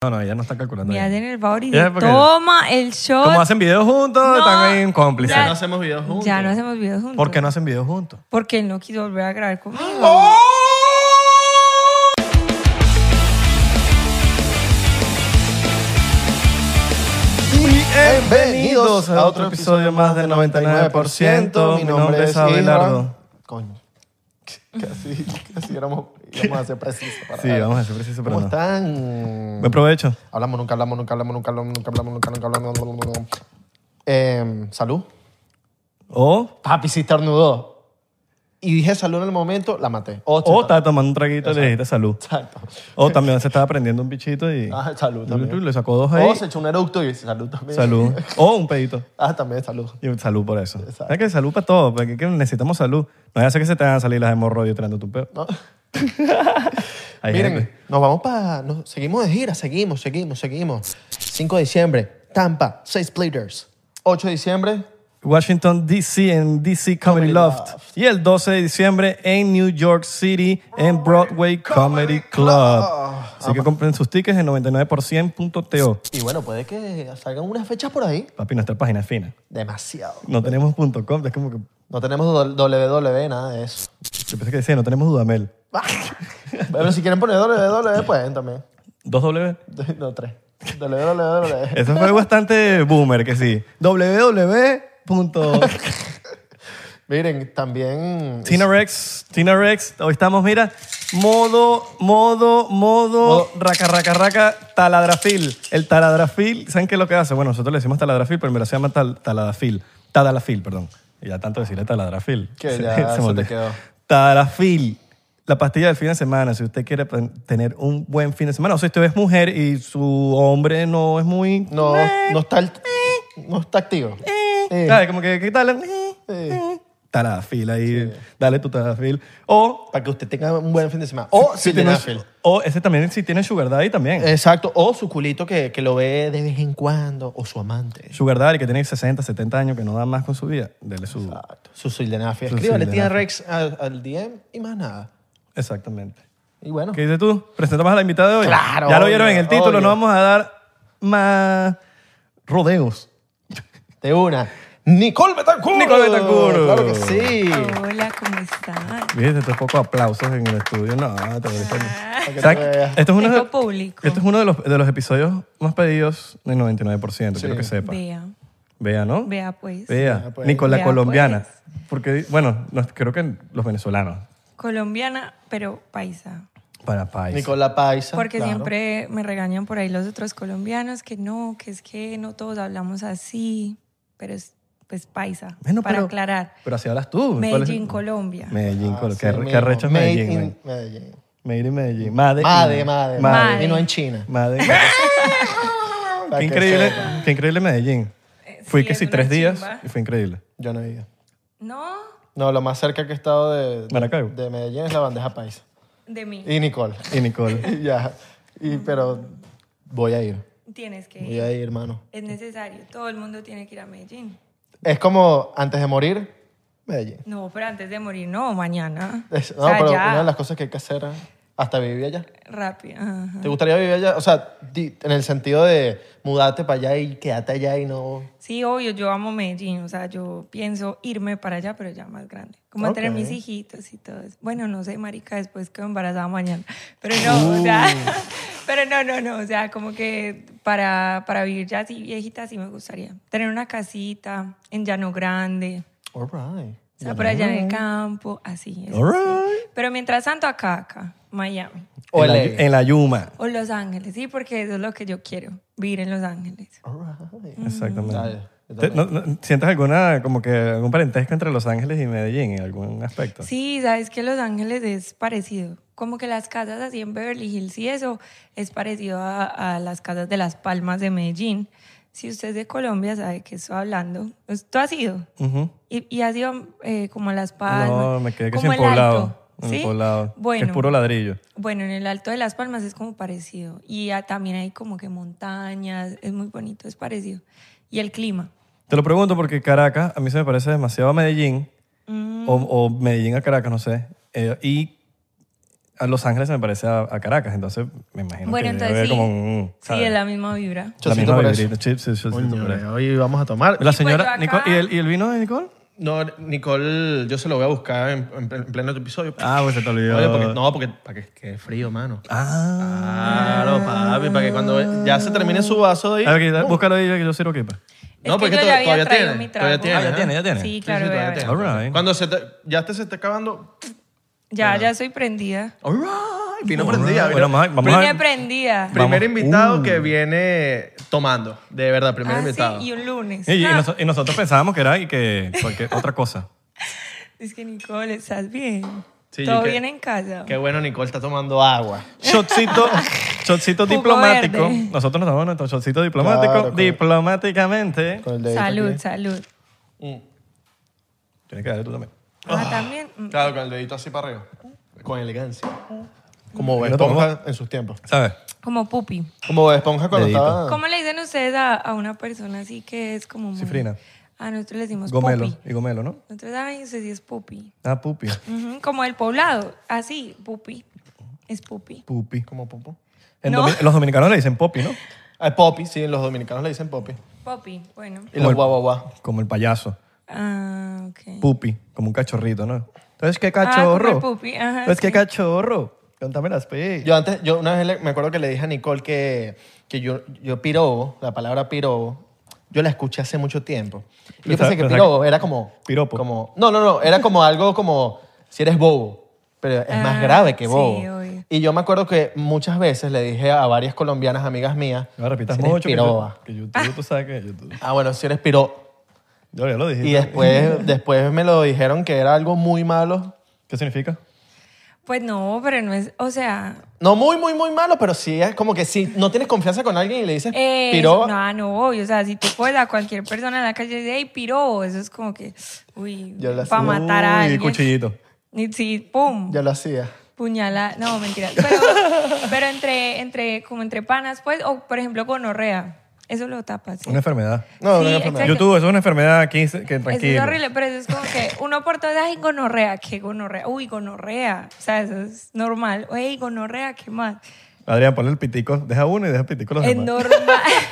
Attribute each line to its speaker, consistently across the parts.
Speaker 1: No, no, ella no está calculando.
Speaker 2: Me
Speaker 1: bien.
Speaker 2: hacen el favor y
Speaker 1: Ya,
Speaker 2: dice,
Speaker 1: porque-
Speaker 2: toma el shot.
Speaker 1: Como hacen videos juntos,
Speaker 2: No.
Speaker 1: están ahí en cómplices.
Speaker 2: Ya.
Speaker 3: no hacemos videos juntos.
Speaker 2: ya no hacemos videos juntos.
Speaker 1: ¿Por qué no hacen videos juntos?
Speaker 2: Porque él no quiso volver a grabar conmigo.
Speaker 1: Bienvenidos a otro episodio más del 99%. Mi nombre es Abelardo.
Speaker 3: Isra. Coño. Casi, casi éramos, íbamos a ser precisos. para-
Speaker 1: Sí, vamos a ser precisos, pero
Speaker 3: ¿Cómo
Speaker 1: no.
Speaker 3: están?
Speaker 1: Buen provecho.
Speaker 3: Hablamos, nunca hablamos, nunca hablamos, nunca hablamos, nunca hablamos, nunca hablamos, nunca hablamos. nunca hablamos. Em, salud.
Speaker 1: O,
Speaker 3: Papi, sí estornudó. Y dije salud en el momento, la maté. O,
Speaker 1: o estaba tomando un traguito y le dijiste salud.
Speaker 3: Exacto.
Speaker 1: O también se estaba prendiendo un bichito y
Speaker 3: Ah, salud también.
Speaker 1: le sacó dos ahí.
Speaker 3: O se echó un eructo y salud también.
Speaker 1: Salud. O un pedito.
Speaker 3: Ah, también salud.
Speaker 1: Y salud por eso. Es que salud para todo, porque es que necesitamos salud. No ya sé que se te van a salir las hemorroides tirando tu peo.
Speaker 3: ¿no?
Speaker 1: Hay
Speaker 3: Miren,
Speaker 1: gente.
Speaker 3: nos vamos para. seguimos de gira, seguimos, seguimos, seguimos. 5 de diciembre, Tampa, 6 Splitters. 8 de diciembre,
Speaker 1: Washington DC en DC Comedy
Speaker 3: Comedy
Speaker 1: Loft. Y el 12 de diciembre en New York City en Broadway Comedy Club. Así que compren sus tickets en 99%.to.
Speaker 3: y bueno, puede que salgan unas fechas por ahí.
Speaker 1: Papi, nuestra página es fina.
Speaker 3: Demasiado.
Speaker 1: No tenemos punto .com, es como que...
Speaker 3: No tenemos do- www, nada de eso.
Speaker 1: Yo pensé que decía, no tenemos Dudamel.
Speaker 3: Pero si quieren poner www, pueden pues, también.
Speaker 1: ¿Dos W?
Speaker 3: No, tres. E, www.
Speaker 1: Eso fue bastante boomer, que sí. www.
Speaker 3: Miren, también.
Speaker 1: Tina Rex, Tina Rex, hoy estamos, mira, modo, modo, modo,
Speaker 3: Modo.
Speaker 1: raca, raca, raca, taladrafil. El taladrafil, ¿saben qué es lo que hace? Bueno, nosotros le decimos taladrafil, pero en verdad se llama tal, taladafil, tadalafil, perdón. Y ya tanto decirle taladrafil.
Speaker 3: Que ya se te
Speaker 1: olvidó.
Speaker 3: quedó.
Speaker 1: Tadalafil, la pastilla del fin de semana, si usted quiere pen- tener un buen fin de semana, o si usted es mujer y su hombre no es muy...
Speaker 3: No, no está, el- no está activo. Eh.
Speaker 1: ¿Sabes? Como que, ¿qué tal?
Speaker 3: Sí.
Speaker 1: Taladafil ahí, dale tu taladafil. O
Speaker 3: Para que usted tenga un buen fin de semana. O si
Speaker 1: tiene-
Speaker 3: tiene
Speaker 1: O ese también, si tiene Sugar Daddy también.
Speaker 3: Exacto. O su culito que, que lo ve de vez en cuando. O su amante.
Speaker 1: Sugar Daddy que tiene 60, 70 años, que no da más con su vida. Dele su...
Speaker 3: Exacto. Su sildenafia.
Speaker 1: Su
Speaker 3: Escríbale tía
Speaker 1: sildenafia.
Speaker 3: Rex al, al DM y más nada.
Speaker 1: Exactamente.
Speaker 3: Y bueno.
Speaker 1: ¿Qué dices tú? Presentamos a la invitada de hoy.
Speaker 3: Claro,
Speaker 1: Ya lo vieron
Speaker 3: obvio,
Speaker 1: en el título,
Speaker 3: obvio.
Speaker 1: no vamos a dar más rodeos.
Speaker 3: De una. Nicole Betancourt.
Speaker 1: Nicole Betancourt.
Speaker 3: Claro que sí.
Speaker 1: ¡Ah!
Speaker 2: Hola, ¿cómo están?
Speaker 1: Fíjate, estos pocos aplausos en el estudio. No, te voy a
Speaker 3: que
Speaker 1: ¿Sabes?
Speaker 3: te veas.
Speaker 1: Esto es uno, de,
Speaker 2: Tengo público.
Speaker 1: esto es uno de, los, de los episodios más pedidos del 99%, quiero que sepa.
Speaker 2: Vea,
Speaker 1: Vea, ¿no?
Speaker 2: vea pues.
Speaker 1: Vea,
Speaker 3: pues.
Speaker 1: Nicola
Speaker 2: Vea,
Speaker 1: colombiana. Porque, bueno, nos- creo que los venezolanos.
Speaker 2: Colombiana, pero paisa.
Speaker 1: Para país.
Speaker 3: Nicola Paisa.
Speaker 2: Porque
Speaker 3: claro.
Speaker 2: siempre me regañan por ahí los otros colombianos que no, que es que no todos hablamos así, pero es pues paisa.
Speaker 1: Bueno,
Speaker 2: para
Speaker 1: pero-
Speaker 2: aclarar,
Speaker 1: Pero así hablas tú. ¿Cuál es? Mm.
Speaker 2: Medellín, Colombia.
Speaker 1: Medellín,
Speaker 3: Ah,
Speaker 1: Colombia.
Speaker 3: sí,
Speaker 1: qué, re-
Speaker 3: mismo.
Speaker 1: qué arrecho es
Speaker 3: Made
Speaker 1: Medellín,
Speaker 3: in
Speaker 1: güey.
Speaker 3: Medellín.
Speaker 1: Made in Medellín. Made,
Speaker 3: Madre,
Speaker 1: in-
Speaker 3: madre,
Speaker 2: Madre.
Speaker 3: Y no en China.
Speaker 1: Madre.
Speaker 3: Para
Speaker 1: qué
Speaker 3: que
Speaker 1: increíble,
Speaker 3: sepa.
Speaker 1: qué increíble Medellín.
Speaker 2: Eh,
Speaker 1: Fui
Speaker 2: sí,
Speaker 1: que
Speaker 2: es
Speaker 1: sí
Speaker 2: una
Speaker 1: tres días
Speaker 2: chimba.
Speaker 1: y fue increíble.
Speaker 3: Yo no he ido.
Speaker 2: No,
Speaker 3: No, lo más cerca que he estado de, de-
Speaker 1: Maracaibo.
Speaker 3: de Medellín es la bandeja paisa.
Speaker 2: de mí.
Speaker 1: Eh,
Speaker 3: Y Nicole.
Speaker 1: Y Nicole.
Speaker 3: Y ya. Y, pero voy a ir.
Speaker 2: Tienes que
Speaker 3: Voy
Speaker 2: ir.
Speaker 3: a ir, hermano.
Speaker 2: Es necesario. Todo el mundo tiene que ir a Medellín.
Speaker 3: Es como antes de morir, Medellín.
Speaker 2: No, pero antes de morir, no, mañana.
Speaker 3: Es- no,
Speaker 2: O sea,
Speaker 3: pero
Speaker 2: ya,
Speaker 3: una de las cosas que hay que hacer eh, hasta vivir allá.
Speaker 2: Rápido. ajá.
Speaker 3: ¿Te gustaría vivir allá? O sea, di- en el sentido de mudarte para allá y quedarte allá y no...
Speaker 2: Sí, obvio, yo amo Medellín. O sea, yo pienso irme para allá, pero ya más grande. Como tener
Speaker 3: Ok.
Speaker 2: mis hijitos y todo eso. Bueno, no sé, marica, después quedo embarazada mañana. Pero no, o sea...
Speaker 3: Uh.
Speaker 2: Pero no, no, no. O sea, como que para, para vivir ya así viejita sí me gustaría. Tener una casita en Llano Grande.
Speaker 3: All right.
Speaker 2: O sea, por allá en el campo, así. eso
Speaker 1: All
Speaker 2: sí.
Speaker 1: right.
Speaker 2: Pero mientras tanto, acá, acá, Miami.
Speaker 3: O
Speaker 1: en, la,
Speaker 3: LA.
Speaker 1: en la Yuma.
Speaker 2: O Los Ángeles, sí, porque eso es lo que yo quiero, vivir en Los Ángeles.
Speaker 3: All
Speaker 2: Mm.
Speaker 3: right.
Speaker 1: Exactamente.
Speaker 3: Dale, yo
Speaker 1: ¿Te-
Speaker 3: también.
Speaker 1: no- no- ¿Sientes alguna, como que algún parentesco entre Los Ángeles y Medellín en algún aspecto?
Speaker 2: Sí, sabes que Los Ángeles es parecido. Como que las casas así en Beverly Hills y eso es parecido a, a las casas de Las Palmas de Medellín. Si usted es de Colombia, sabe que estoy hablando. Pues, ¿Tú has ido?
Speaker 1: Ujú.
Speaker 2: Y, y has ido eh, como a Las Palmas.
Speaker 1: No, me quedé que sin
Speaker 2: como el
Speaker 1: poblado.
Speaker 2: Alto,
Speaker 1: en
Speaker 2: ¿sí?
Speaker 1: poblado. que
Speaker 2: Bueno.
Speaker 1: es puro ladrillo.
Speaker 2: Bueno, en el Alto de las Palmas es como parecido. Y ah, también hay como que montañas, es muy bonito, es parecido. Y el clima.
Speaker 1: Te lo pregunto porque Caracas a mí se me parece
Speaker 2: Mm.
Speaker 1: demasiado a Medellín o, o Medellín a Caracas, no sé. Eh, y a Los Ángeles se me parece a, a Caracas, entonces me imagino
Speaker 2: Bueno,
Speaker 1: que debe
Speaker 2: entonces
Speaker 1: haber
Speaker 2: sí.
Speaker 1: como un...
Speaker 2: Sí, es la misma vibra.
Speaker 1: la
Speaker 3: Chocito
Speaker 1: misma
Speaker 3: por
Speaker 1: vibrita, chips, sí, chocito
Speaker 3: Coño, eh.
Speaker 1: por eso.
Speaker 3: hoy vamos a tomar.
Speaker 1: La
Speaker 2: Y pues yo
Speaker 1: señora...
Speaker 2: acá-
Speaker 1: Nicole- ¿y, el, y el vino de Nicole?
Speaker 3: No, Nicole, yo se lo voy a buscar en, en- en pleno episodio.
Speaker 1: Ah, pues se te olvidó.
Speaker 3: Oye, porque- no, porque para que quede frío, mano.
Speaker 1: Ah.
Speaker 3: Claro, papi, para que cuando ya se termine su vaso ahí.
Speaker 1: A ver, que- búscalo ahí que yo sirvo aquí. pa.
Speaker 3: No,
Speaker 2: es que
Speaker 3: porque
Speaker 2: yo
Speaker 3: to-
Speaker 2: ya había
Speaker 3: todavía
Speaker 2: traído
Speaker 3: tiene,
Speaker 2: mi trago.
Speaker 3: todavía tiene.
Speaker 1: Ah, ya tiene, ya tiene.
Speaker 2: Sí,
Speaker 3: Sí, sí,
Speaker 2: claro, voy a
Speaker 3: todavía
Speaker 2: ver.
Speaker 3: tiene.
Speaker 1: All right.
Speaker 3: Cuando se te- ya te se está acabando.
Speaker 2: Ya, ya soy prendida.
Speaker 3: All right. Vino
Speaker 1: All right.
Speaker 3: prendida. vino-
Speaker 1: Bueno, ma- vamos a
Speaker 2: Vine
Speaker 1: ver.
Speaker 2: prendida.
Speaker 3: primer
Speaker 1: vamos.
Speaker 3: invitado que viene tomando. De verdad, primer
Speaker 2: Ah,
Speaker 3: invitado.
Speaker 2: sí, y un lunes.
Speaker 1: Y, y
Speaker 2: Ah,
Speaker 1: noso- y nosotros pensábamos que era y que cualquier otra cosa.
Speaker 2: Es que Nicole, ¿estás bien?
Speaker 3: Sí,
Speaker 2: ¿Todo
Speaker 3: yo que-
Speaker 2: bien en casa?
Speaker 3: Qué bueno, Nicole está tomando agua.
Speaker 1: Shotcito, shotcito
Speaker 2: Jugo
Speaker 1: diplomático.
Speaker 2: verde.
Speaker 1: Nosotros nos damos nuestro shotcito diplomático.
Speaker 3: Claro, con-
Speaker 1: Diplomáticamente.
Speaker 2: Salud, salud.
Speaker 1: Tienes que darle tú también.
Speaker 2: Ah, también. mm,
Speaker 3: Claro, con el dedito así para arriba. Con elegancia. Como
Speaker 1: Mira,
Speaker 3: Bob Esponja en sus tiempos.
Speaker 1: ¿Sabes?
Speaker 2: Como pupi.
Speaker 3: Como Bob Esponja cuando
Speaker 1: Dedito.
Speaker 3: estaba.
Speaker 2: ¿Cómo le dicen ustedes a, a una persona así que es como muy...
Speaker 1: Cifrina.
Speaker 2: A nosotros le decimos
Speaker 1: Gomelo.
Speaker 2: pupi.
Speaker 1: Y gomelo, ¿no?
Speaker 2: Nosotros, ay, no sé si es pupi.
Speaker 1: Ah, pupi.
Speaker 2: Ujú, Como el poblado. Así, pupi. Es pupi.
Speaker 1: Pupi.
Speaker 3: Como Popo.
Speaker 1: En
Speaker 2: No.
Speaker 1: domi- los dominicanos le dicen popi, ¿no?
Speaker 3: Ah, Poppy, sí, los dominicanos le dicen Poppy.
Speaker 2: Popi, bueno.
Speaker 3: Y los guau, guau, guau.
Speaker 1: Como el payaso.
Speaker 2: Ah, ok.
Speaker 1: Pupi. Como un cachorrito, ¿no? Entonces, ¿qué
Speaker 2: Ah,
Speaker 1: cachorro?
Speaker 2: como el pupi, ajá,
Speaker 1: Entonces,
Speaker 2: sí.
Speaker 1: ¿qué cachorro? Contame las pe.
Speaker 3: Yo antes, yo una vez le- me acuerdo que le dije a Nicole que, que yo, yo pirobo, la palabra pirobo, yo la escuché hace mucho tiempo. Y yo
Speaker 1: Pensaba-
Speaker 3: pensé que
Speaker 1: pensaba
Speaker 3: pirobo era como...
Speaker 1: Piropo.
Speaker 3: Como, no, no, no, era como algo como si eres bobo, pero es
Speaker 2: Ah,
Speaker 3: más grave que
Speaker 2: sí,
Speaker 3: bobo.
Speaker 2: obvio.
Speaker 3: y yo me acuerdo que muchas veces le dije a varias colombianas amigas mías,
Speaker 1: No repitas
Speaker 3: si eres
Speaker 1: mucho. que
Speaker 3: piroba.
Speaker 1: yo- Que, YouTube, tú sabes que YouTube.
Speaker 3: Ah, bueno, si eres piro...
Speaker 1: Yo ya lo dije.
Speaker 3: Y después, después me lo dijeron que era algo muy malo.
Speaker 1: ¿Qué significa?
Speaker 2: Pues no, pero no es... O sea...
Speaker 3: No muy, muy, muy malo, pero sí es como que si no tienes confianza con alguien y le dices
Speaker 2: eh,
Speaker 3: piroba,
Speaker 2: No, no, obvio. O sea, si tú puedes a cualquier persona en la calle y dices, hey, piro, eso es como que... Uy,
Speaker 3: Yo la
Speaker 2: para
Speaker 3: sé.
Speaker 2: matar a
Speaker 1: Uy,
Speaker 2: alguien.
Speaker 1: cuchillito.
Speaker 2: Y sí, pum.
Speaker 3: yo lo hacía.
Speaker 2: Puñala, no, mentira. Pero, pero entre, entre, como entre panas, pues, o por ejemplo gonorrea. Eso lo tapas. ¿sí?
Speaker 1: Una enfermedad.
Speaker 3: No,
Speaker 2: Sí,
Speaker 3: no, no, no.
Speaker 2: exacto.
Speaker 1: YouTube, eso es una enfermedad aquí, que
Speaker 2: Eso
Speaker 1: tranquilo.
Speaker 2: es horrible, pero eso es como que uno por todas, ay, gonorrea, qué gonorrea, uy, gonorrea, o sea, eso es normal, Ey, gonorrea, qué más,
Speaker 1: Adrián, ponle el pitico, deja uno y deja el pitico los
Speaker 2: es
Speaker 1: demás.
Speaker 2: normal,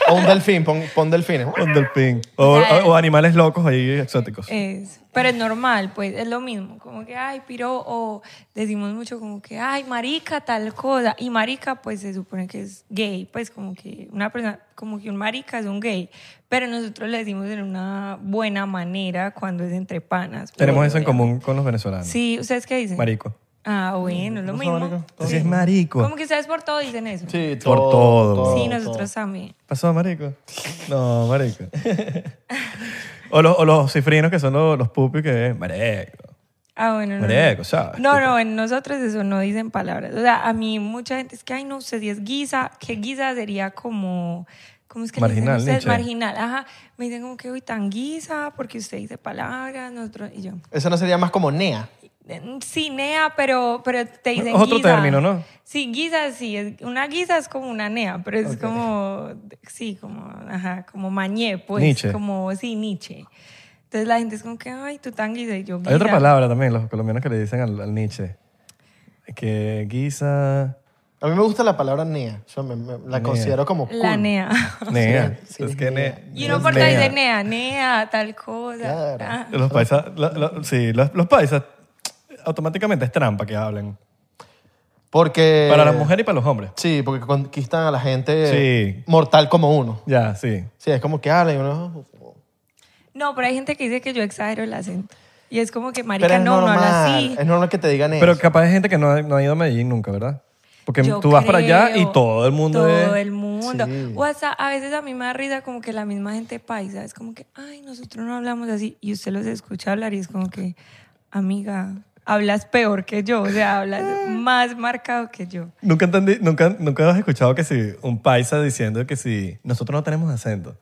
Speaker 3: O un delfín, pon, pon delfines.
Speaker 1: Un delfín. O,
Speaker 2: Ya, Eh,
Speaker 1: o- o animales locos ahí exóticos.
Speaker 2: es, pero es normal, pues, es lo mismo, como que, ay, piro, o decimos mucho como que, ay, marica, tal cosa, y marica, pues, se supone que es gay, pues, como que una persona, como que un marica es un gay, pero nosotros le decimos en una buena manera cuando es entre panas.
Speaker 1: Tenemos
Speaker 2: pues,
Speaker 1: eso en
Speaker 2: obviamente.
Speaker 1: común con los venezolanos.
Speaker 2: Sí, ¿ustedes qué dicen?
Speaker 1: Marico.
Speaker 2: Ah, bueno, es lo
Speaker 3: ¿Cómo se
Speaker 2: mismo.
Speaker 3: llama, marico?
Speaker 1: Entonces es marico.
Speaker 2: Como que ustedes por todo dicen eso. Sí,
Speaker 3: Sí,
Speaker 1: Por todo, todo,
Speaker 2: nosotros también.
Speaker 1: ¿Pasó, marico? No, marico. o, los, o los cifrinos que son los, los pupis que es marico.
Speaker 2: Ah, bueno, no.
Speaker 1: Marico,
Speaker 2: no.
Speaker 1: ¿sabes?
Speaker 2: No, no, en nosotros eso no dicen palabras. O sea, a mí mucha gente es que, ay, no, usted si es guisa, que guisa sería como... ¿Cómo es que le dicen
Speaker 1: Marginal,
Speaker 2: ustedes?
Speaker 1: Nietzsche.
Speaker 2: Marginal, ajá. Me dicen como que, uy, tan guisa, porque usted dice palabras, nosotros... Y yo,
Speaker 3: Eso no sería más como nea.
Speaker 2: "Mm, sí, nea, pero, pero te dicen
Speaker 1: Es otro
Speaker 2: guisa".
Speaker 1: término, ¿no?
Speaker 2: Sí, guisa sí. es- Una guisa es como una nea, pero es como, sí, como, ajá, como mañé, pues.
Speaker 1: Nietzsche.
Speaker 2: Como, sí, Nietzsche. Entonces la gente es como que, ay, tú tan guisa y yo guisa.
Speaker 1: Hay otra palabra también, los colombianos que le dicen al, al Nietzsche. Que guisa...
Speaker 3: A mí me gusta la palabra nea. Yo me- me- la
Speaker 1: Nea.
Speaker 3: considero como cool.
Speaker 2: La nea.
Speaker 1: Nea.
Speaker 3: sí,
Speaker 1: es que
Speaker 3: nea.
Speaker 1: ne-
Speaker 2: Y uno
Speaker 1: es
Speaker 2: por ahí
Speaker 1: nea.
Speaker 2: dice nea, nea, tal cosa.
Speaker 3: Claro.
Speaker 2: Ah,
Speaker 1: Los paisas, lo- lo- sí, los, los paisas automáticamente es trampa que hablen.
Speaker 3: Porque...
Speaker 1: Para las mujeres y para los hombres.
Speaker 3: Sí, porque conquistan a la gente
Speaker 1: Sí.
Speaker 3: mortal como uno.
Speaker 1: Ya, sí.
Speaker 3: Sí, es como que ah, hablan y uno...
Speaker 2: No, pero hay gente que dice que yo exagero el acento. Y es como que,
Speaker 3: Pero
Speaker 2: marica,
Speaker 3: es
Speaker 2: no, no habla
Speaker 3: normal.
Speaker 2: así.
Speaker 3: Es normal que te digan eso.
Speaker 1: Pero capaz hay gente que no ha, no ha ido a Medellín nunca, ¿verdad? Porque
Speaker 2: Yo
Speaker 1: tú vas para allá
Speaker 2: creo.
Speaker 1: y todo el mundo
Speaker 2: Todo
Speaker 1: es...
Speaker 2: el mundo.
Speaker 3: Sí.
Speaker 2: O hasta a veces a mí me da risa como que la misma gente paisa. Es como que, ay, nosotros no hablamos así. Y usted los escucha hablar y es como que, amiga, hablas peor que yo. O sea, hablas
Speaker 3: Ah.
Speaker 2: más marcado que yo.
Speaker 1: Nunca entendí, nunca, nunca has escuchado que si un paisa diciendo que si nosotros no tenemos acento.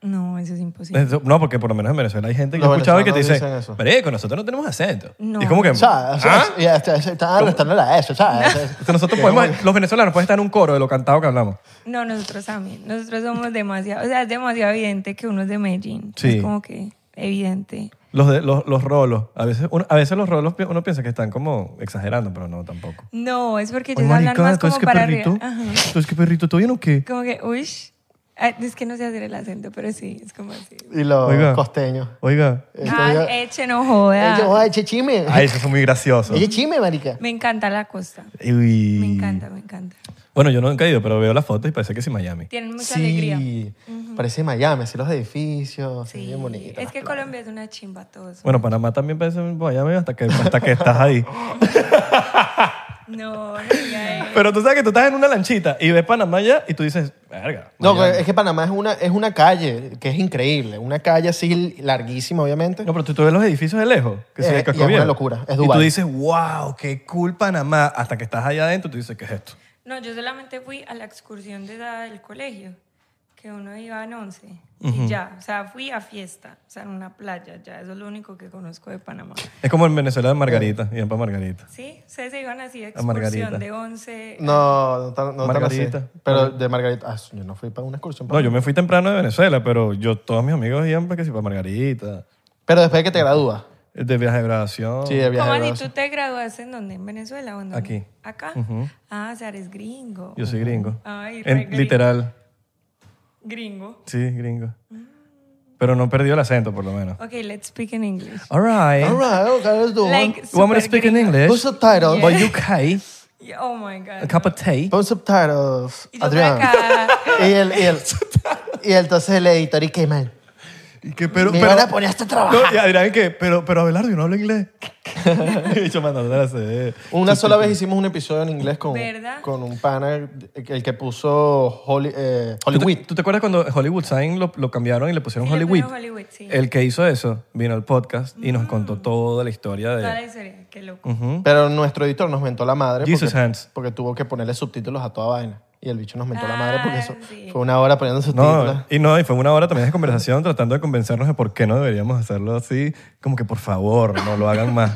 Speaker 2: No, eso es imposible.
Speaker 1: Eso- No, porque por lo menos en Venezuela hay gente que
Speaker 3: Los
Speaker 1: he escuchado y que te dice,
Speaker 3: venezolanos dicen eso.
Speaker 1: Marico, nosotros no tenemos acento.
Speaker 2: No.
Speaker 1: Y es como que...
Speaker 3: O sea, o sea,
Speaker 1: "¿Ah?
Speaker 3: ya está- ya está restando la eso, ¿sabes?
Speaker 1: O sea, nosotros podemos, los venezolanos pueden estar en un coro de lo cantado que hablamos.
Speaker 2: No, nosotros también. Nosotros somos demasiado, o sea, es demasiado evidente que uno es de Medellín.
Speaker 1: Sí.
Speaker 2: Es como que evidente.
Speaker 1: Los, de- los, los rolos. A veces, uno- a veces los rolos pi- uno piensa que están como exagerando, pero no, tampoco.
Speaker 2: No, es porque
Speaker 1: Ay,
Speaker 2: ellos hablan
Speaker 1: marica,
Speaker 2: más
Speaker 1: ¿tú ves
Speaker 2: como
Speaker 1: qué
Speaker 2: para
Speaker 1: perrito?
Speaker 2: arriba. Ajá.
Speaker 1: ¿Tú ves qué perrito? ¿Todo bien o qué?
Speaker 2: Como que, uy, es que no sé hacer el acento, pero sí, es como así.
Speaker 3: Y los
Speaker 1: Oiga.
Speaker 3: costeños.
Speaker 1: Oiga.
Speaker 3: Eh,
Speaker 2: Ay, eh, ah.
Speaker 3: Entonces,
Speaker 2: eche, no joda.
Speaker 3: Ellos, ay, che chime.
Speaker 1: Ay, eso fue muy gracioso.
Speaker 3: Ella es chime, marica.
Speaker 2: Me encanta la costa.
Speaker 1: Uy.
Speaker 2: Me encanta, me encanta.
Speaker 1: Bueno, yo no he caído, pero veo las fotos y parece que sí Miami.
Speaker 2: Tienen mucha
Speaker 3: sí.
Speaker 2: alegría.
Speaker 3: Parece Miami, así los edificios, sí.
Speaker 2: Sí.
Speaker 3: bien bonito.
Speaker 2: Es que Colombia es una chimba todos.
Speaker 1: Bueno, Panamá también parece Miami hasta que, hasta que estás ahí.
Speaker 2: No, no diga eso.
Speaker 1: Pero tú sabes que tú estás en una lanchita y ves Panamá ya y tú dices, verga.
Speaker 3: No,
Speaker 1: Miami".
Speaker 3: es que Panamá es una, es una calle que es increíble. Una calle así larguísima, obviamente.
Speaker 1: No, pero tú, tú ves los edificios de lejos. Que se
Speaker 3: Eh,
Speaker 1: ve
Speaker 3: y es una locura, es
Speaker 1: Y tú
Speaker 3: Dubái.
Speaker 1: dices, wow, qué cool Panamá. Hasta que estás allá adentro y tú dices, ¿qué es esto?
Speaker 2: No, yo solamente fui a la excursión de edad del colegio, que uno iba en 11 y ya. O sea, fui a fiesta, o sea, en una playa, ya. Eso es lo único que conozco de Panamá.
Speaker 1: Es como en Venezuela de Margarita. Y en para Margarita.
Speaker 2: ¿Sí? Ustedes se iban así de
Speaker 1: A Margarita.
Speaker 2: excursión de 11.
Speaker 3: No, no tan, no tan así.
Speaker 1: Margarita.
Speaker 3: Pero de Margarita. Ah, yo no fui para una excursión.
Speaker 1: No, yo me fui temprano de Venezuela, pero yo, todos mis amigos iban para que sí, para Margarita.
Speaker 3: Pero después de que te gradúas.
Speaker 1: De viaje de graduación.
Speaker 3: Sí, de viaje.
Speaker 2: ¿Cómo
Speaker 3: de
Speaker 2: así?
Speaker 3: graduación.
Speaker 2: ¿Tú te graduaste en dónde? ¿En Venezuela o en dónde?
Speaker 1: Aquí.
Speaker 2: ¿Acá? Ah, o sea, eres gringo.
Speaker 1: Yo soy gringo.
Speaker 2: Ay,
Speaker 1: En-
Speaker 2: re gringo.
Speaker 1: literal.
Speaker 2: Gringo.
Speaker 1: Sí, gringo.
Speaker 2: Mm.
Speaker 1: Pero no perdió el acento, por lo menos.
Speaker 2: Ok, let's speak in English.
Speaker 1: All right.
Speaker 3: All right, okay, let's do one.
Speaker 2: Like,
Speaker 1: Oh, You want me to
Speaker 2: super
Speaker 1: speak in
Speaker 2: gringo.
Speaker 1: English?
Speaker 3: Put subtitles.
Speaker 1: But you can.
Speaker 2: Yeah, Oh my God.
Speaker 1: A cup of tea.
Speaker 3: Pon subtitles,
Speaker 2: Y yo por
Speaker 3: Adrián.
Speaker 2: acá.
Speaker 3: Y el, y el, y entonces el editor, y qué mal.
Speaker 1: ¿Y qué, pero,
Speaker 3: Me
Speaker 1: pero-
Speaker 3: van a este poner hasta a trabajar.
Speaker 1: No, ya dirán que, pero, pero Abelardo, yo no hablo inglés. Y yo mandando la CD.
Speaker 3: Una sola vez hicimos un episodio en inglés con,
Speaker 2: ¿Verdad?
Speaker 3: con un pana, el que puso Holly, eh,
Speaker 1: ¿Tú
Speaker 3: Hollywood.
Speaker 1: te, tú te acuerdas cuando Hollywood Sign lo, lo cambiaron y le pusieron
Speaker 2: Y le
Speaker 1: Hollywood?
Speaker 2: pusieron Hollywood, sí. Mm.
Speaker 1: El que hizo eso vino al podcast y nos contó toda la historia de...
Speaker 2: Toda la historia, qué loco.
Speaker 3: Pero nuestro editor nos mentó la madre
Speaker 1: Jesus
Speaker 3: porque,
Speaker 1: hands.
Speaker 3: porque tuvo que ponerle subtítulos a toda vaina. Y el bicho nos mentó la madre porque
Speaker 2: Ah,
Speaker 3: eso
Speaker 2: sí.
Speaker 3: fue una hora poniendo subtítulos.
Speaker 1: No, y no, y fue una hora también de conversación tratando de convencernos de por qué no deberíamos hacerlo así, como que por favor, no lo hagan más,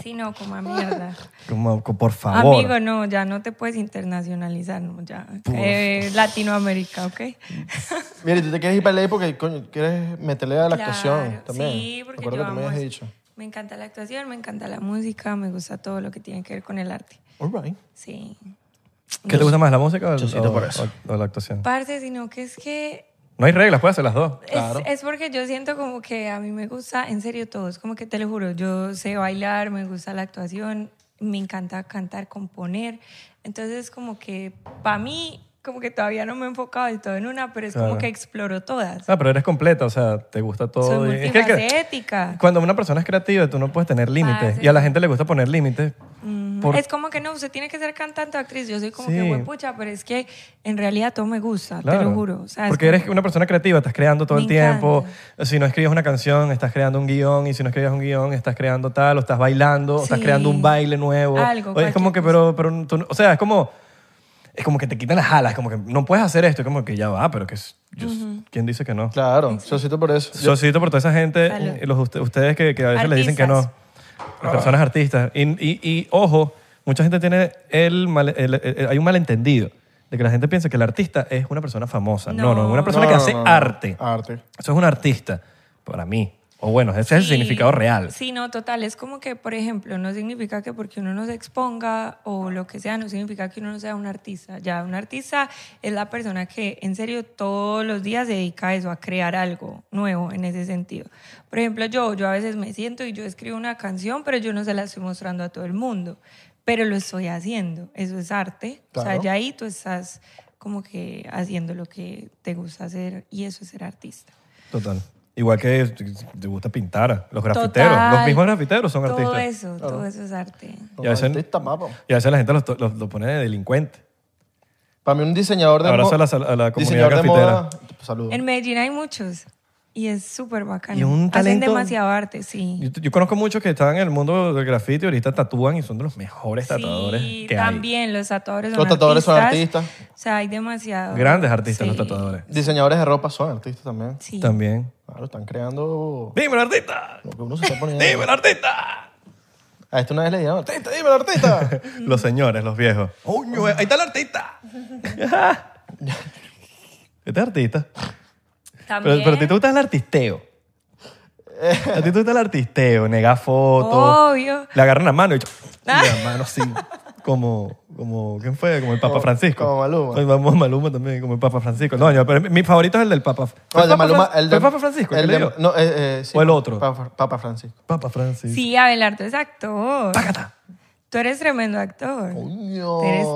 Speaker 2: Sí, no, como a mierda.
Speaker 1: como co- por favor.
Speaker 2: Amigo, no, ya no te puedes internacionalizar, no, ya. Eh, Latinoamérica, ¿ok?
Speaker 3: Mira, y tú te quieres ir para el ley porque coño, quieres meterle a la actuación
Speaker 2: Claro,
Speaker 3: también.
Speaker 2: Sí, porque yo
Speaker 3: Recuerdo que tú me
Speaker 2: amo
Speaker 3: habías
Speaker 2: eso.
Speaker 3: dicho.
Speaker 2: Me encanta la actuación, me encanta la música, me gusta todo lo que tiene que ver con el arte.
Speaker 3: All right.
Speaker 2: Sí.
Speaker 1: ¿Qué te gusta más, la música o, el-
Speaker 3: siento
Speaker 1: o-
Speaker 3: por eso.
Speaker 1: o- o la actuación?
Speaker 2: Parce, sino que es que
Speaker 1: No hay reglas, puedes hacer las dos.
Speaker 2: Es, es porque yo siento como que a mí me gusta, en serio, todo. Es como que te lo juro, yo sé bailar, me gusta la actuación, me encanta cantar, componer. Entonces, como que para mí, como que todavía no me he enfocado del todo en una, pero es
Speaker 1: Claro.
Speaker 2: como que exploro todas.
Speaker 1: Ah, pero eres completa, o sea, te gusta todo.
Speaker 2: Soy
Speaker 1: y- es que el cre-
Speaker 2: multifacética. Ah,
Speaker 1: cuando una persona es creativa, tú no puedes tener límites.
Speaker 2: sí.
Speaker 1: Y a la gente le gusta poner límites. por-
Speaker 2: Es como que no, usted tiene que ser cantante o actriz. Yo soy como
Speaker 1: Sí.
Speaker 2: que huepucha, pero es que en realidad todo me gusta, te
Speaker 1: claro.
Speaker 2: lo juro. O sea, es
Speaker 1: Porque
Speaker 2: como-
Speaker 1: eres una persona creativa, estás creando todo
Speaker 2: Me
Speaker 1: el tiempo. Si no escribes una canción, estás creando un guión. Y si no escribes un guión, estás creando tal, o estás bailando, o estás
Speaker 2: Sí.
Speaker 1: creando un baile nuevo.
Speaker 2: Algo,
Speaker 1: o es como
Speaker 2: cualquier
Speaker 1: que, pero, pero tú no- o sea, es como, es como que te quitan las alas, como que no puedes hacer esto. Es como que ya va, pero que es- yo- ¿quién dice que no?
Speaker 3: Claro, yo siento por eso. Yo-
Speaker 1: Socito por toda esa gente,
Speaker 2: Salud.
Speaker 1: eh, los, uste- ustedes que, que a veces le dicen que no.
Speaker 2: Artistas.
Speaker 1: Las personas artistas. Y, y- y, ojo, mucha gente tiene el, mal- el- el- el- Hay un malentendido de que la gente piensa que el artista es una persona famosa. No, no,
Speaker 2: No.
Speaker 1: una persona
Speaker 3: No,
Speaker 1: que
Speaker 3: no,
Speaker 1: hace
Speaker 3: no, no.
Speaker 1: arte.
Speaker 3: Arte.
Speaker 1: Eso es un artista, para mí. O bueno, ese es el
Speaker 2: Sí.
Speaker 1: significado real.
Speaker 2: Sí, no, total. Es como que, por ejemplo, no significa que porque uno no se exponga o lo que sea, no significa que uno no sea un artista. Ya, un artista es la persona que en serio todos los días se dedica a eso, a crear algo nuevo en ese sentido. Por ejemplo, yo, yo a veces me siento y yo escribo una canción, pero yo no se la estoy mostrando a todo el mundo, pero lo estoy haciendo. Eso es arte. O
Speaker 3: Claro.
Speaker 2: sea, ya ahí tú estás como que haciendo lo que te gusta hacer y eso es ser artista.
Speaker 1: Total. Igual que te- te gusta pintar, los grafiteros.
Speaker 2: Total.
Speaker 1: Los mismos grafiteros son
Speaker 2: Todo
Speaker 1: artistas.
Speaker 2: eso, todo eso es arte.
Speaker 1: Y a veces,
Speaker 3: Artista, papo.
Speaker 1: y a veces la gente los, to- los- los pone de delincuente.
Speaker 3: Para mí un diseñador de
Speaker 1: Abrazo
Speaker 3: mo-
Speaker 1: a la sal- a la comunidad
Speaker 3: diseñador de
Speaker 1: grafitera.
Speaker 3: moda- Saludos.
Speaker 2: En Medellín hay muchos y es súper bacano.
Speaker 1: Y un
Speaker 2: Hacen
Speaker 1: talento-
Speaker 2: demasiado arte, sí.
Speaker 1: Yo, yo conozco muchos que están en el mundo del grafiti y ahorita tatúan y son de los mejores tatuadores
Speaker 2: sí,
Speaker 1: que
Speaker 2: también los tatuadores son
Speaker 3: Los tatuadores son artistas.
Speaker 2: O sea, hay demasiado.
Speaker 1: hay. Grandes artistas los
Speaker 2: Sí,
Speaker 1: tatuadores.
Speaker 3: Diseñadores de ropa son artistas también.
Speaker 2: Sí.
Speaker 1: También.
Speaker 3: Claro, están creando
Speaker 1: ¡Dímelo, artista!
Speaker 3: lo que uno se está poniendo.
Speaker 1: ¡Dímelo, artista!
Speaker 3: A esto una vez le dijeron, artista, dímelo, artista.
Speaker 1: los señores, los viejos. ¡Uño, ahí está el artista! este es artista. Pero,
Speaker 2: También.
Speaker 1: pero a ti te gusta el artisteo. La actitud del artisteo, negar fotos.
Speaker 2: Obvio.
Speaker 1: Le agarran la mano y yo, la mano así, como, como, ¿quién fue? Como el Papa
Speaker 3: Como-
Speaker 1: Francisco.
Speaker 3: como Maluma.
Speaker 1: Pues vamos Maluma también, como el Papa Francisco. No, yo, pero mi favorito es el del Papa.
Speaker 3: No,
Speaker 1: ¿Fue
Speaker 3: el de
Speaker 1: Papa
Speaker 3: Maluma.
Speaker 1: Fran-
Speaker 3: El de,
Speaker 1: ¿Fue Papa Francisco?
Speaker 3: El
Speaker 1: ¿Qué
Speaker 3: de,
Speaker 1: le digo?
Speaker 3: no, eh, eh, sí,
Speaker 1: ¿O el otro?
Speaker 3: Papa, Papa Francisco.
Speaker 1: Papa Francisco.
Speaker 2: Sí, Abelardo es actor.
Speaker 1: Pácata.
Speaker 2: Tú eres tremendo actor.
Speaker 3: Coño.
Speaker 2: Eres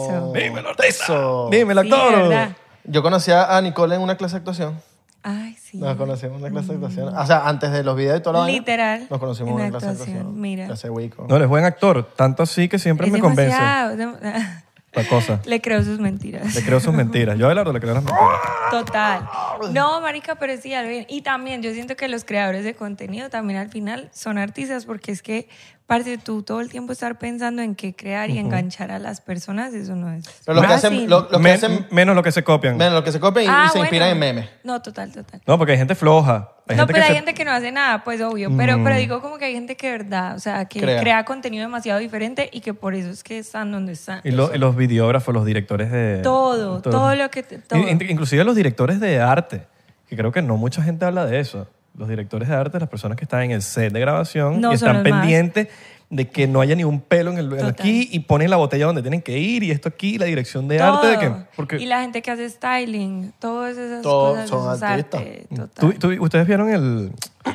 Speaker 2: teso.
Speaker 1: Dímelo, artista.
Speaker 3: Eso.
Speaker 1: Dímelo,
Speaker 2: Sí,
Speaker 1: actor.
Speaker 2: ¿verdad?
Speaker 3: Yo conocí a Nicole en una clase de actuación.
Speaker 2: Ay, sí.
Speaker 3: Nos conocimos en una clase de actuación. O sea, antes de los videos y toda la vaina,
Speaker 2: Mm. Literal,
Speaker 3: Nos conocimos en
Speaker 2: en
Speaker 3: una clase de
Speaker 2: actuación,
Speaker 3: actuación.
Speaker 2: mira.
Speaker 3: Hace Wico.
Speaker 1: no, él es buen actor. Tanto así que siempre
Speaker 2: Es
Speaker 1: me convence.
Speaker 2: demasiado, dem-
Speaker 1: La cosa.
Speaker 2: Le creo sus mentiras.
Speaker 1: Le creo sus mentiras. Yo a Abelardo le creo las mentiras.
Speaker 2: Total. No, marica, pero sí, algo bien. Y también yo siento que los creadores de contenido también al final son artistas porque es que parte tú todo el tiempo estar pensando en qué crear y enganchar a las personas, eso no es
Speaker 3: Pero los que
Speaker 2: fácil.
Speaker 3: hacen, lo- los, que
Speaker 1: Men-
Speaker 3: hacen,
Speaker 1: Menos lo que se copian.
Speaker 3: menos los que se copian y,
Speaker 2: Ah,
Speaker 3: y se
Speaker 2: bueno.
Speaker 3: inspiran en memes.
Speaker 2: No, total, total.
Speaker 1: No, porque hay gente floja. Hay
Speaker 2: no,
Speaker 1: gente
Speaker 2: pero
Speaker 1: que
Speaker 2: hay
Speaker 1: se-
Speaker 2: gente que no hace nada, pues obvio. Pero, pero digo como que hay gente que, de verdad, o sea, que
Speaker 3: Mm. Crea.
Speaker 2: crea. contenido demasiado diferente y que por eso es que están donde están.
Speaker 1: Y, lo- y los videógrafos, los directores de...
Speaker 2: Todo, todo lo que te- todo.
Speaker 1: In- in- Inclusive los directores de arte, que creo que no mucha gente habla de eso. Los directores de arte, las personas que están en el set de grabación
Speaker 2: No,
Speaker 1: y
Speaker 2: son
Speaker 1: están
Speaker 2: los más.
Speaker 1: pendientes de que no haya ni un pelo en el en
Speaker 2: Total.
Speaker 1: aquí y ponen la botella donde tienen que ir y esto aquí, la dirección de arte de que...
Speaker 2: Todo.
Speaker 1: Porque
Speaker 2: Y la gente que hace styling, todas esas cosas.
Speaker 3: Todos son
Speaker 2: eso es
Speaker 3: artistas.
Speaker 2: arte, total.
Speaker 1: tú- tú- ustedes vieron el...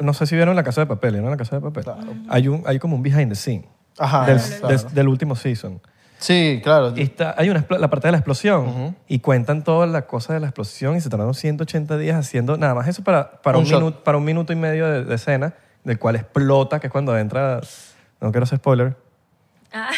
Speaker 1: No sé si vieron La Casa de Papel, ¿no? La Casa de Papel. Hay, un, hay como un behind the scene
Speaker 3: Ajá.
Speaker 1: del,
Speaker 3: claro.
Speaker 1: del- del último season.
Speaker 3: Sí, claro.
Speaker 1: Está- hay una, explo- la parte de la explosión y cuentan toda la cosa de la explosión y se tardaron 180 días haciendo nada más eso para, para,
Speaker 3: Un
Speaker 1: un,
Speaker 3: shot.
Speaker 1: minuto, para un minuto y medio de, de escena, del cual explota, que es cuando entra... No quiero hacer spoiler.
Speaker 2: Ah,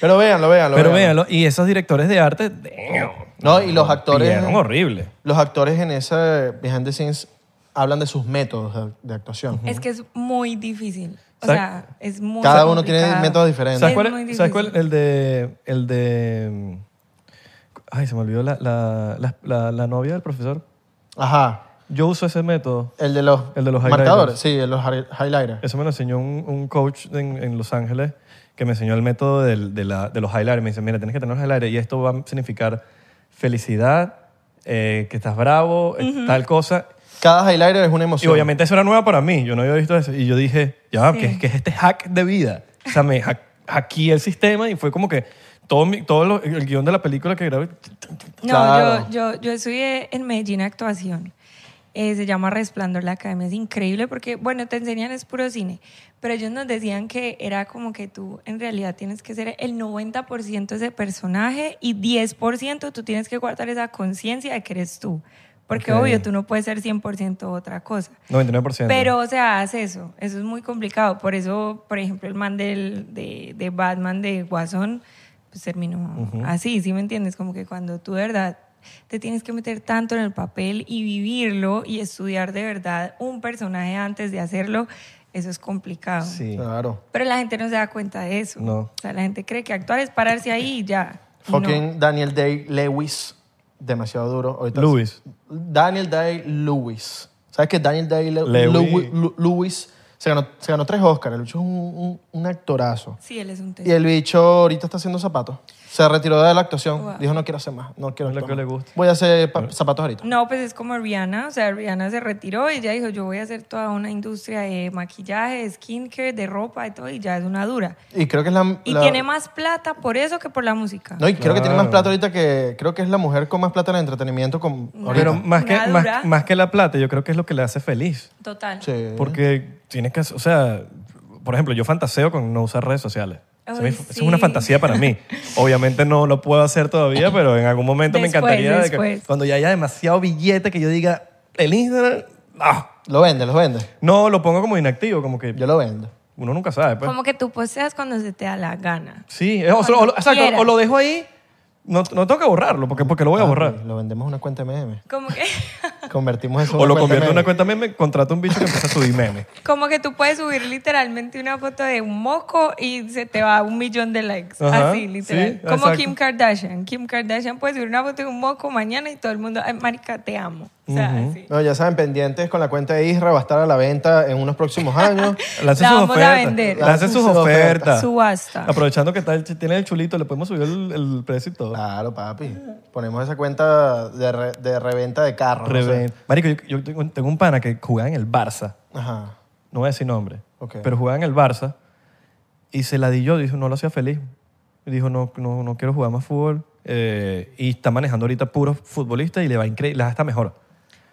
Speaker 3: Pero véanlo, véanlo.
Speaker 1: pero véanlo. Y esos directores de arte... damn,
Speaker 3: No, y los actores.
Speaker 1: pidieron horrible.
Speaker 3: Los actores en ese behind the scenes hablan de sus métodos de, de actuación.
Speaker 2: es que es muy difícil. O
Speaker 1: Sa-
Speaker 2: sea, es muy
Speaker 3: Cada uno tiene
Speaker 2: complicado.
Speaker 3: métodos diferentes.
Speaker 1: ¿Sabes
Speaker 2: Es
Speaker 1: cuál,
Speaker 2: muy difícil.
Speaker 1: ¿Sabes cuál? El de... El de... Ay, se me olvidó la, la, la, la- la novia del profesor.
Speaker 3: Ajá.
Speaker 1: Yo uso ese método.
Speaker 3: El de los,
Speaker 1: El de los
Speaker 3: marcadores.
Speaker 1: highlighters.
Speaker 3: Sí, el de los hi- highlighters.
Speaker 1: Eso me lo enseñó un, un coach en, en Los Ángeles que me enseñó el método del- de, la- de los highlighters. Me dice, mira, tienes que tener los highlighters y esto va a significar felicidad, eh, que estás bravo, eh, tal cosa.
Speaker 3: Cada highlighter es una
Speaker 1: Y
Speaker 3: emoción.
Speaker 1: obviamente eso era nuevo para mí. Yo no había visto eso. Y yo dije, ya,
Speaker 2: Sí.
Speaker 1: ¿qué, es- qué es este hack de vida? O sea, me hack- hackeé el sistema y fue como que todo, mi- todo lo- el guión de la película que grabé...
Speaker 2: No,
Speaker 3: Claro.
Speaker 2: yo, yo, yo estudié en Medellín actuación. Eh, se llama Resplandor la Academia. Es increíble porque, bueno, te enseñan es puro cine, pero ellos nos decían que era como que tú en realidad tienes que ser el 90% ese personaje y 10% tú tienes que guardar esa conciencia de que eres tú. Porque
Speaker 1: Ok.
Speaker 2: obvio, tú no puedes ser 100% otra cosa.
Speaker 1: 99%.
Speaker 2: Pero, o sea, haz eso. Eso es muy complicado. Por eso, por ejemplo, el man del, de, de Batman, de Guasón, pues terminó así, ¿sí me entiendes? Como que cuando tú de verdad te tienes que meter tanto en el papel y vivirlo y estudiar de verdad un personaje antes de hacerlo, eso es complicado.
Speaker 1: Sí.
Speaker 3: Claro.
Speaker 2: Pero la gente no se da cuenta de eso.
Speaker 1: No.
Speaker 2: O sea, la gente cree que actuar es pararse ahí y ya.
Speaker 3: Fucking Daniel Day-Lewis. Demasiado duro. Ahorita-
Speaker 1: Lewis.
Speaker 3: Daniel Day-Lewis. ¿Sabes que Daniel
Speaker 1: Lewis.
Speaker 3: Day-Lewis se ganó, se ganó tres Oscars? El bicho es un, un- un actorazo.
Speaker 2: No. Sí, él es un
Speaker 3: Y
Speaker 2: test.
Speaker 3: el bicho ahorita está haciendo zapatos. Se retiró de la actuación.
Speaker 2: Wow.
Speaker 3: Dijo, no quiero hacer más. No quiero
Speaker 1: Es lo
Speaker 3: actuar
Speaker 1: que le
Speaker 3: más.
Speaker 1: gusta.
Speaker 3: Voy a hacer pa- zapatos ahorita.
Speaker 2: No, pues es como Rihanna, o sea, Rihanna se retiró y ya dijo, yo voy a hacer toda una industria de maquillaje, de skincare, de ropa y todo, y ya es una dura.
Speaker 3: Y creo que es la...
Speaker 2: Y
Speaker 3: la-
Speaker 2: tiene más plata por eso que por la música.
Speaker 3: No, y creo que tiene más
Speaker 1: Claro.
Speaker 3: plata ahorita que... Creo que es la mujer con más plata en el entretenimiento con, ahorita.
Speaker 1: Pero más que,
Speaker 2: Una dura.
Speaker 1: más, más que la plata, yo creo que es lo que le hace feliz.
Speaker 2: Total.
Speaker 3: Sí.
Speaker 1: Porque tienes que, o sea, por ejemplo, yo fantaseo con no usar redes sociales. Esa
Speaker 2: Ay,
Speaker 1: es mi- esa es una
Speaker 2: sí.
Speaker 1: fantasía para mí. Obviamente no lo puedo hacer todavía, pero en algún momento
Speaker 2: Después,
Speaker 1: me encantaría de que
Speaker 2: después.
Speaker 1: cuando ya haya demasiado billete que yo diga, el Instagram, ah,
Speaker 3: Lo vende, lo vende.
Speaker 1: no, lo pongo como inactivo, como que
Speaker 3: Yo lo vendo.
Speaker 1: uno nunca sabe. Pues.
Speaker 2: Como que tú poseas cuando se te da la gana.
Speaker 1: Sí, es- o, o- o- exacto,
Speaker 2: quieras.
Speaker 1: o lo dejo ahí, no, no tengo que borrarlo, porque, porque lo voy a borrar.
Speaker 3: Ah, Lo vendemos en una cuenta MM.
Speaker 2: Como que,
Speaker 3: Convertimos eso en
Speaker 1: O lo
Speaker 3: una
Speaker 1: convierto en
Speaker 3: meme.
Speaker 1: una cuenta meme, contrato a un bicho que empieza a subir memes.
Speaker 2: como que tú puedes subir literalmente una foto de un moco y se te va un millón de likes.
Speaker 1: Ajá,
Speaker 2: Así, literal.
Speaker 1: sí,
Speaker 2: como
Speaker 1: exacto.
Speaker 2: Kim Kardashian. Kim Kardashian puede subir una foto de un moco mañana y todo el mundo, ay, marica, te amo. O sea, así.
Speaker 3: No, ya saben, pendientes con la cuenta de Isra va a estar a la venta en unos próximos años.
Speaker 1: Lancen
Speaker 2: La
Speaker 1: sus
Speaker 2: vamos a
Speaker 1: ofertas.
Speaker 2: vender.
Speaker 1: Lancen sus ofertas.
Speaker 2: Subasta.
Speaker 1: Aprovechando que está el, ch- tiene el chulito, le podemos subir
Speaker 3: Ah,
Speaker 1: el, el precio y todo.
Speaker 3: claro, papi. Ponemos esa cuenta de, re- de reventa de carros. no sé.
Speaker 1: ven. Marico, yo, yo tengo, tengo un pana que jugaba en el Barça.
Speaker 3: Ajá.
Speaker 1: No voy a decir nombre.
Speaker 3: Ok.
Speaker 1: Pero jugaba en el Barça y se la di yo. Dijo, no lo hacía feliz. Y Dijo, no, no, no quiero jugar más fútbol. Eh, y está manejando ahorita puros futbolistas y le va increíble. Las está mejor.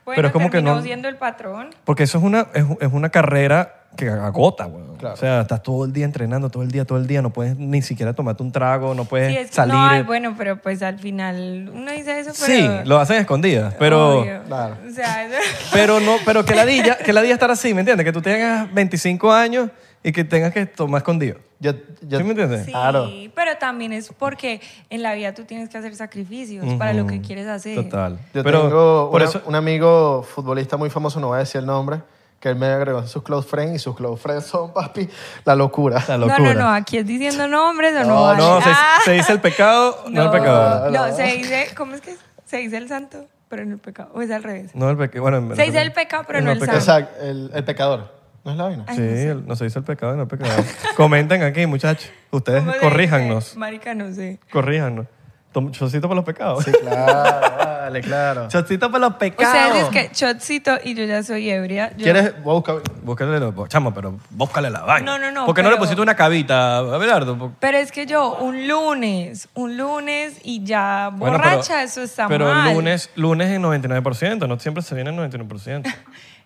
Speaker 2: Bueno,
Speaker 1: pero es como que
Speaker 2: terminó
Speaker 1: no.
Speaker 2: siendo el patrón.
Speaker 1: Porque eso es una, es, es una carrera que agota, weón.
Speaker 3: Claro.
Speaker 1: O sea, estás todo el día entrenando, todo el día, todo el día. No puedes ni siquiera tomarte un trago, no puedes
Speaker 2: Sí, es que
Speaker 1: salir.
Speaker 2: no, ay,
Speaker 1: eh.
Speaker 2: bueno, pero pues al final uno dice eso,
Speaker 1: sí,
Speaker 2: pero...
Speaker 1: lo hacen escondidas, pero...
Speaker 2: obvio.
Speaker 3: Claro.
Speaker 2: O sea, eso-
Speaker 1: Pero no, pero que la dilla, que la dilla estar así, ¿me entiendes? Que tú tengas 25 años y que tengas que tomar escondido.
Speaker 3: Yo, yo,
Speaker 1: ¿Sí me entiendes?
Speaker 2: Sí,
Speaker 3: Claro.
Speaker 2: pero también es porque en la vida tú tienes que hacer sacrificios para lo que quieres hacer.
Speaker 1: Total.
Speaker 3: Yo
Speaker 1: pero
Speaker 3: tengo
Speaker 1: por
Speaker 3: una-
Speaker 1: eso
Speaker 3: un amigo futbolista muy famoso, no voy a decir el nombre, que él me agregó en sus close friends y sus close friends son, papi, la locura.
Speaker 1: la
Speaker 2: No,
Speaker 1: locura.
Speaker 2: no, no, aquí es diciendo nombres o no. vale?
Speaker 1: No, se,
Speaker 2: Ah,
Speaker 1: se dice el pecado, no, el pecado.
Speaker 2: no, se dice, ¿cómo es que se dice el santo, pero no el pecado? O es al revés.
Speaker 1: No el pecado. Bueno, en-
Speaker 2: Se dice el pecado, pero no el
Speaker 1: pecado.
Speaker 2: santo.
Speaker 3: Exacto, el, el pecador. ¿No es la vaina?
Speaker 2: Ay,
Speaker 1: Sí,
Speaker 2: no sé.
Speaker 1: el- no se dice el pecado, no el pecado. Comenten aquí, muchachos. Ustedes
Speaker 2: ¿Cómo se dice?
Speaker 1: corríjanos.
Speaker 2: Marica, no sé.
Speaker 1: Corríjanos. Tom- Chocito para los pecados.
Speaker 3: Claro, vale, claro.
Speaker 1: Chocito para los
Speaker 2: Ustedes
Speaker 1: pecados.
Speaker 2: dicen que chotcito y yo ya soy ebria. Yo-
Speaker 3: ¿Quieres? Voy a buscar.
Speaker 1: Búscale, los- chamo, pero búscale la vaina.
Speaker 2: No, no, no,
Speaker 1: Porque no le
Speaker 2: pero-
Speaker 1: pusiste una cavita, Abelardo. Por-
Speaker 2: Pero es que yo, un lunes, un lunes y ya
Speaker 1: Bueno,
Speaker 2: borracha,
Speaker 1: pero-
Speaker 2: eso está
Speaker 1: pero
Speaker 2: mal.
Speaker 1: lunes, lunes en 99%, no siempre se viene en 99%.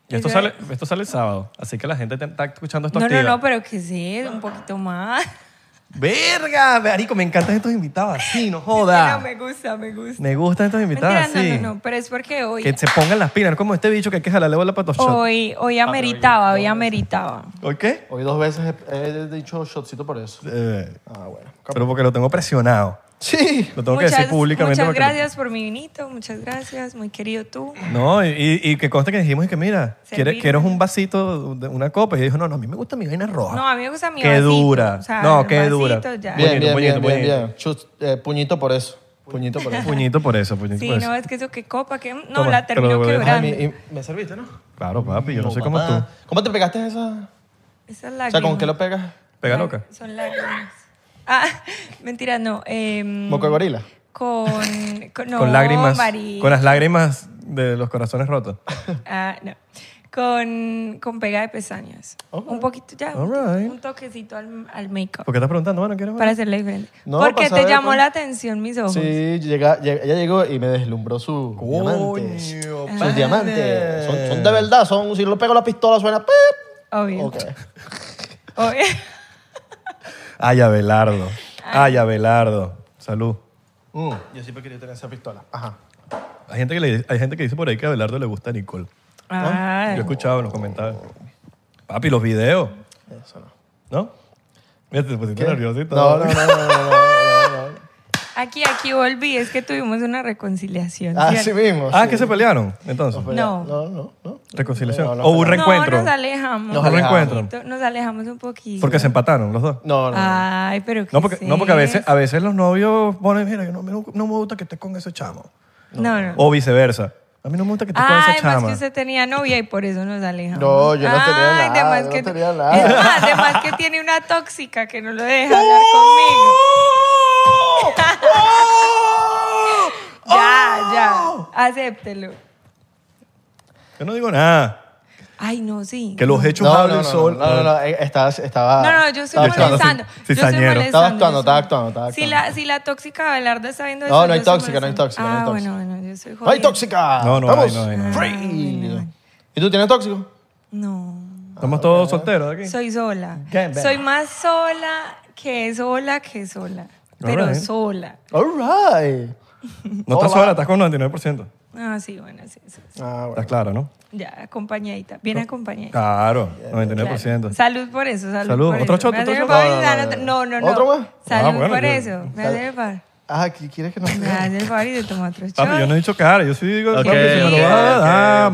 Speaker 1: Y esto
Speaker 2: Eso-
Speaker 1: sale, esto sale el sábado, así que la gente te- está escuchando esto
Speaker 2: No, no,
Speaker 1: activa.
Speaker 2: no, pero que sí, un poquito más.
Speaker 1: ¡Verga! Marico, me encantan estos invitados así, no
Speaker 2: No,
Speaker 1: joda.
Speaker 2: me gusta, me gusta.
Speaker 1: Me gustan estos invitados
Speaker 2: Mentira, no,
Speaker 1: así.
Speaker 2: no, no, pero es porque hoy,
Speaker 1: Que se pongan las pilas, no como este bicho que hay que jalarle bola para todos shots.
Speaker 2: hoy, hoy
Speaker 1: Ah,
Speaker 2: ameritaba, hoy ameritaba.
Speaker 1: ¿Hoy qué?
Speaker 3: Hoy dos veces he, he dicho shotcito por eso.
Speaker 1: Eh,
Speaker 3: Ah, bueno.
Speaker 1: pero porque lo tengo presionado.
Speaker 3: Sí.
Speaker 1: Lo tengo que decir públicamente.
Speaker 2: Muchas
Speaker 1: porque lo-
Speaker 2: gracias por mi vinito, muchas gracias, muy querido tú.
Speaker 1: No, y- y, y que conste que dijimos que mira, ¿quieres,
Speaker 2: Servirme.
Speaker 1: quieres un vasito, de una copa? Y ella dijo, no, no, a mí me gusta mi vaina roja.
Speaker 2: No, a mí me gusta mi
Speaker 1: Ah, Qué
Speaker 2: vasito,
Speaker 1: dura.
Speaker 2: o sea,
Speaker 1: No,
Speaker 2: el
Speaker 1: qué dura.
Speaker 2: vasito ya.
Speaker 1: Bien,
Speaker 3: Bien, bien,
Speaker 1: puñito,
Speaker 3: bien, bien,
Speaker 1: puñito.
Speaker 3: bien. Chut- eh, puñito por eso. Puñito por eso.
Speaker 1: Puñito por eso, puñito
Speaker 2: Sí,
Speaker 1: por eso.
Speaker 2: no, es que eso que copa, que no,
Speaker 1: pues. Toma,
Speaker 2: la
Speaker 1: te lo
Speaker 2: terminó
Speaker 1: voy a dejar.
Speaker 3: Ay,
Speaker 2: quebrando.
Speaker 3: mi- y- me serviste, ¿no?
Speaker 1: Claro, papi, yo no, soy
Speaker 3: papá.
Speaker 1: como tú.
Speaker 3: ¿Cómo te pegaste esa?
Speaker 2: Esa es
Speaker 3: O sea, ¿con qué lo pegas?
Speaker 1: Pega loca.
Speaker 2: Son lágrimas. Ah, mentira, no. em,
Speaker 3: ¿Moco de gorila?
Speaker 2: con, con, no,
Speaker 1: con lágrimas.
Speaker 2: marica.
Speaker 1: Con las lágrimas de los corazones rotos.
Speaker 2: Ah, no. Con, con pega de pestañas. Un poquito ya. un
Speaker 1: All
Speaker 2: to-
Speaker 1: right.
Speaker 2: Un toquecito al, al make-up.
Speaker 1: ¿Por qué estás preguntando? Bueno, quiero
Speaker 2: Para hacerle diferente.
Speaker 3: Pues, No,
Speaker 2: Porque te
Speaker 3: para saber
Speaker 2: llamó
Speaker 3: cómo-
Speaker 2: la atención mis ojos.
Speaker 3: Sí, llega, llega- ella llegó y me deslumbró su diamantes. Sus diamantes. Son, son de verdad, son. Si lo pego la pistola suena. ¡pip!
Speaker 2: Obvio.
Speaker 3: Ok.
Speaker 2: Obvio.
Speaker 1: Ay, Abelardo. Ay, Abelardo. Salud.
Speaker 3: Mm, Yo siempre quería tener esa pistola. Ajá.
Speaker 1: Hay gente, que le- hay gente que dice por ahí que a Abelardo le gusta Nicole. Yo
Speaker 3: Ah,
Speaker 2: Ay.
Speaker 1: he escuchado en los comentarios. Papi, los videos,
Speaker 3: Eso no.
Speaker 1: ¿no? Mira, te pusiste nervioso y
Speaker 3: No,
Speaker 1: todo.
Speaker 3: no, no, no, no, no, no, no.
Speaker 2: Aquí, aquí volví. Es que tuvimos una reconciliación.
Speaker 3: Así
Speaker 2: ¿cierto?
Speaker 3: mismo.
Speaker 1: Ah,
Speaker 3: sí. pues,
Speaker 1: que se pelearon, entonces.
Speaker 2: No.
Speaker 3: No, no, no.
Speaker 1: Reconciliación.
Speaker 3: No, no,
Speaker 1: o un
Speaker 2: No,
Speaker 1: reencuentro.
Speaker 2: nos alejamos.
Speaker 3: Nos
Speaker 1: un
Speaker 3: alejamos.
Speaker 1: reencuentro.
Speaker 2: Nos alejamos un poquito.
Speaker 1: Porque se empataron los dos.
Speaker 3: No, no,
Speaker 2: Ah.
Speaker 3: no.
Speaker 2: Ay, pero
Speaker 1: No
Speaker 2: ¿qué
Speaker 1: porque,
Speaker 2: es
Speaker 1: no, porque a, veces,
Speaker 2: eso?
Speaker 1: a veces los novios ponen, mira, yo no, no- no me gusta que estés con ese chamo.
Speaker 2: No, no.
Speaker 1: O viceversa. A mí no me gusta que estés con
Speaker 2: Ay,
Speaker 1: esa
Speaker 2: más
Speaker 1: chama.
Speaker 2: Ah, que usted tenía novia y por eso nos alejamos.
Speaker 3: No, yo no tenía
Speaker 2: Ay,
Speaker 3: nada,
Speaker 2: de más
Speaker 3: yo
Speaker 2: que,
Speaker 3: no tenía nada.
Speaker 2: Es más, de más que tiene una tóxica que no lo deja hablar
Speaker 1: ¡Oh!
Speaker 3: ¡Oh!
Speaker 2: conmigo.
Speaker 1: ¡Oh!
Speaker 2: Ya,
Speaker 3: ¡Oh!
Speaker 2: ya, acéptelo.
Speaker 1: Yo no digo nada.
Speaker 2: Ay, no, sí.
Speaker 1: Que los hechos
Speaker 3: No, no,
Speaker 1: hablen
Speaker 3: no,
Speaker 1: sol.
Speaker 3: no, no, no, eh, estaba, estaba...
Speaker 2: No, no, yo estoy
Speaker 1: Estaba echando
Speaker 2: molestando.
Speaker 1: ci-
Speaker 2: Yo estoy
Speaker 1: cizañero.
Speaker 2: molestando.
Speaker 3: Estaba actuando,
Speaker 2: yo
Speaker 3: estaba
Speaker 2: estoy-
Speaker 3: actuando, estaba
Speaker 2: Si la, si la tóxica Abelardo está viendo
Speaker 3: No,
Speaker 2: eso,
Speaker 3: no hay
Speaker 2: yo estoy
Speaker 3: tóxica, no hay
Speaker 2: molestando.
Speaker 3: tóxica, no hay
Speaker 2: Ah,
Speaker 3: tóxica.
Speaker 2: bueno, bueno, yo soy jodida.
Speaker 3: ¡No hay tóxica!
Speaker 1: No, no,
Speaker 3: Vamos.
Speaker 1: no hay, no hay, no
Speaker 3: Free.
Speaker 2: Ay, no.
Speaker 3: ¿Y tú tienes tóxico?
Speaker 2: No,
Speaker 1: Estamos todos solteros aquí.
Speaker 2: soy sola.
Speaker 1: Gang bang.
Speaker 2: Soy más sola que sola que sola. Pero
Speaker 1: Alright.
Speaker 2: sola.
Speaker 3: All right.
Speaker 1: No estás sola, estás con 99%.
Speaker 2: Ah, sí, bueno, sí, sí, sí.
Speaker 3: Ah, bueno.
Speaker 1: Estás claro, ¿no?
Speaker 2: Ya, acompañadita. Bien acompañadita.
Speaker 1: Claro,
Speaker 2: Claro.
Speaker 1: 99%.
Speaker 2: Salud por eso, salud.
Speaker 1: Salud.
Speaker 2: por
Speaker 1: ¿Otro
Speaker 2: eso.
Speaker 1: shot,
Speaker 2: ¿Me
Speaker 1: otro
Speaker 2: hace
Speaker 1: shot?
Speaker 2: el favor
Speaker 3: No,
Speaker 2: y
Speaker 3: no,
Speaker 2: dan
Speaker 3: no,
Speaker 2: otra- No,
Speaker 3: no.
Speaker 2: no, no.
Speaker 3: ¿Otro más?
Speaker 2: Salud
Speaker 1: Ah, bueno,
Speaker 2: por
Speaker 1: yo-
Speaker 2: eso. Me hace el favor.
Speaker 3: Ah, ¿qué quieres que nos
Speaker 2: Me hace el favor y te toma otro shot.
Speaker 1: Papi, yo no he dicho cara, yo sí digo,
Speaker 3: Ok,
Speaker 1: papi, si me lo
Speaker 2: ok,
Speaker 1: vas a dar,
Speaker 3: ok.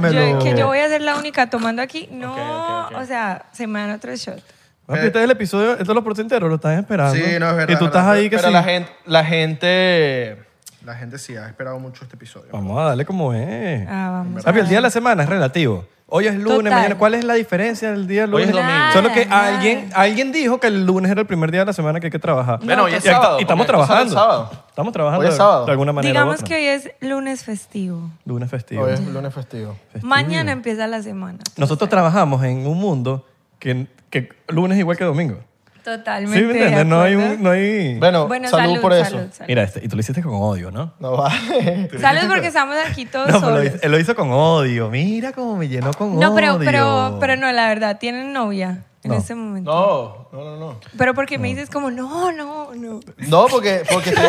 Speaker 1: dámelo.
Speaker 2: Yo- que yo voy a ser la única tomando aquí. No,
Speaker 3: Ok, ok, ok.
Speaker 2: o sea, se me dan otro shot.
Speaker 1: Papi, este es el episodio, estos son los porcenteros, lo están esperando. Y tú estás ahí que
Speaker 3: Pero
Speaker 1: sí.
Speaker 3: la gente, la gente... La gente sí ha esperado mucho este episodio.
Speaker 1: Vamos a darle como es.
Speaker 2: Ah, vamos.
Speaker 1: Papi, el día de la semana es relativo. Hoy es lunes,
Speaker 2: Total.
Speaker 1: mañana. ¿Cuál es la diferencia del día lunes?
Speaker 3: Hoy es domingo.
Speaker 1: Solo que
Speaker 2: Nada,
Speaker 1: alguien, alguien dijo que el lunes era el primer día de la semana que hay que trabajar.
Speaker 3: Bueno, hoy es
Speaker 1: Y act-
Speaker 3: sábado,
Speaker 1: Y estamos
Speaker 3: porque esto sale el
Speaker 1: trabajando.
Speaker 3: sábado.
Speaker 1: Estamos trabajando
Speaker 3: Hoy es
Speaker 1: de-
Speaker 3: sábado.
Speaker 1: de alguna manera. u
Speaker 2: Digamos
Speaker 1: otra.
Speaker 2: que hoy es lunes festivo.
Speaker 1: Lunes festivo.
Speaker 3: Hoy es lunes festivo.
Speaker 2: Mañana empieza la semana.
Speaker 1: Nosotros trabajamos en un mundo que, que lunes es igual que domingo.
Speaker 2: Totalmente.
Speaker 1: ¿Sí me
Speaker 2: de
Speaker 1: entiendes? No hay
Speaker 2: acuerdo.
Speaker 1: un... No hay...
Speaker 3: Bueno,
Speaker 2: Bueno,
Speaker 3: salud,
Speaker 2: salud,
Speaker 3: por
Speaker 2: salud,
Speaker 3: eso.
Speaker 2: salud.
Speaker 1: Mira, este, y tú lo hiciste con odio, ¿no?
Speaker 3: No vale.
Speaker 2: Salud porque estamos aquí todos
Speaker 1: No, pero lo
Speaker 2: solos.
Speaker 1: hizo, él lo hizo con odio. Mira cómo me llenó con odio.
Speaker 2: No, pero, pero, pero no, la verdad, tienen novia en
Speaker 1: No.
Speaker 2: este momento.
Speaker 3: No, no, no, no.
Speaker 2: Pero porque me dices como, no, no, no.
Speaker 3: No, porque, porque te-